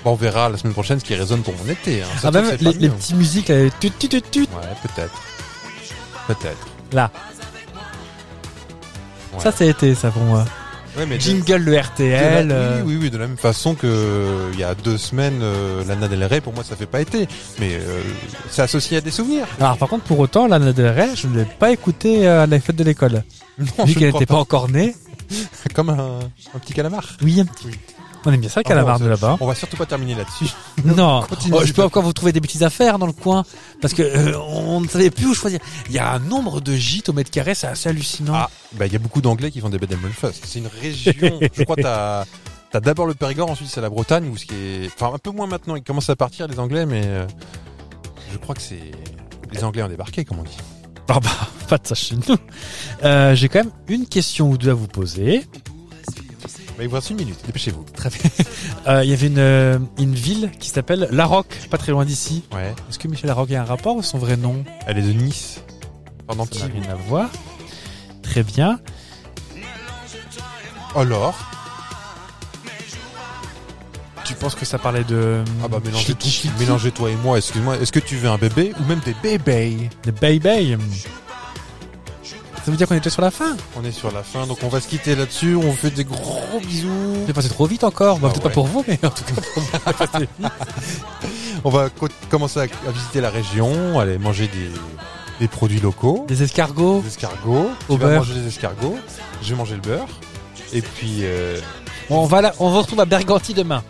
B: Bon, on verra la semaine prochaine ce qui résonne pour mon été. hein. Ça,
A: Ah,
B: je trouve
A: même
B: que
A: les,
B: c'est pas
A: les
B: mieux.
A: petites musiques, là, les tut, tut, tut, tut,
B: Ouais, peut-être. Peut-être.
A: Là.
B: Ouais.
A: ça c'est été, ça pour moi.
B: Ouais, mais de-
A: Jingle le
B: de la-
A: RTL. euh,
B: oui, oui, oui, de la même façon que euh, il y a deux semaines, euh, Lana Del Rey, pour moi, ça fait pas été. Mais euh, c'est associé à des souvenirs.
A: Alors par contre, pour autant, Lana Del Rey, je ne l'ai pas écoutée euh, à la fête de l'école.
B: Non,
A: Vu
B: je
A: qu'elle
B: crois
A: n'était pas encore née.
B: Comme un, un petit calamar.
A: Oui, un petit-
B: Oui.
A: On aime bien ça,
B: Ah,
A: Calamar
B: bon,
A: de là-bas. hein.
B: On va surtout pas terminer là-dessus.
A: Non,
B: continue,
A: Oh, je
B: s'il
A: peux
B: te
A: encore vous trouver des petites affaires dans le coin. Parce que euh, on ne savait plus où choisir. Il y a un nombre de gîtes au mètre carré, c'est assez hallucinant.
B: Ah, bah il y a beaucoup d'anglais qui font des bed and breakfast. C'est une région. je crois t'as t'as d'abord le Périgord, ensuite c'est la Bretagne ou ce qui est, enfin un peu moins maintenant. Ils commencent à partir les Anglais, mais euh, je crois que c'est les Anglais ont débarqué, comme on dit.
A: Ah bah, pas de ça chez nous. Euh, J'ai quand même une question ou deux à vous poser.
B: Bah, il vous reste une minute. Dépêchez-vous.
A: Très bien. Euh, Il y avait une, euh, une ville qui s'appelle La Roque, pas très loin d'ici.
B: Ouais.
A: Est-ce que Michel Larocque a un rapport ou son vrai nom
B: Elle est de Nice. Pendant
A: Ça n'a
B: qui
A: rien à voir. Très bien.
B: Alors.
A: Tu penses que ça parlait de.
B: Ah bah mélangez,
A: Chiki,
B: tout,
A: Chiki,
B: mélangez toi et moi. Excuse-moi. Est-ce que tu veux un bébé ou même des bébés
A: De Baby Ça veut dire qu'on était sur la fin
B: On est sur la fin, donc on va se quitter là-dessus. On vous fait des gros bisous.
A: J'ai passé trop vite encore. Bah,
B: Ah
A: peut-être
B: ouais.
A: pas pour vous, mais en tout cas pour moi.
B: On va co- commencer à, à visiter la région, aller manger des, des produits locaux.
A: Des escargots.
B: des escargots.
A: Au
B: tu vas
A: beurre.
B: manger des escargots. Je vais manger le beurre. Et puis. euh,
A: On, va là, on vous retrouve à Berganti demain.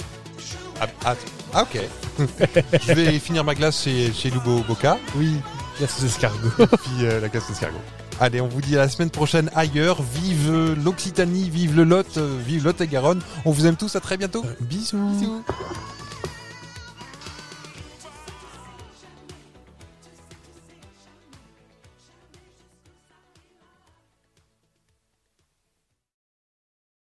B: ah, ah, ah, ok. je vais finir ma glace chez, chez Lubo Boca.
A: Oui, il y a ces escargots.
B: Et puis euh, la glace d'escargot. Allez, on vous dit à la semaine prochaine ailleurs. Vive euh, l'Occitanie, vive le Lot, euh, vive Lot et Garonne. On vous aime tous, à très bientôt.
A: Bisous.
B: Bisous.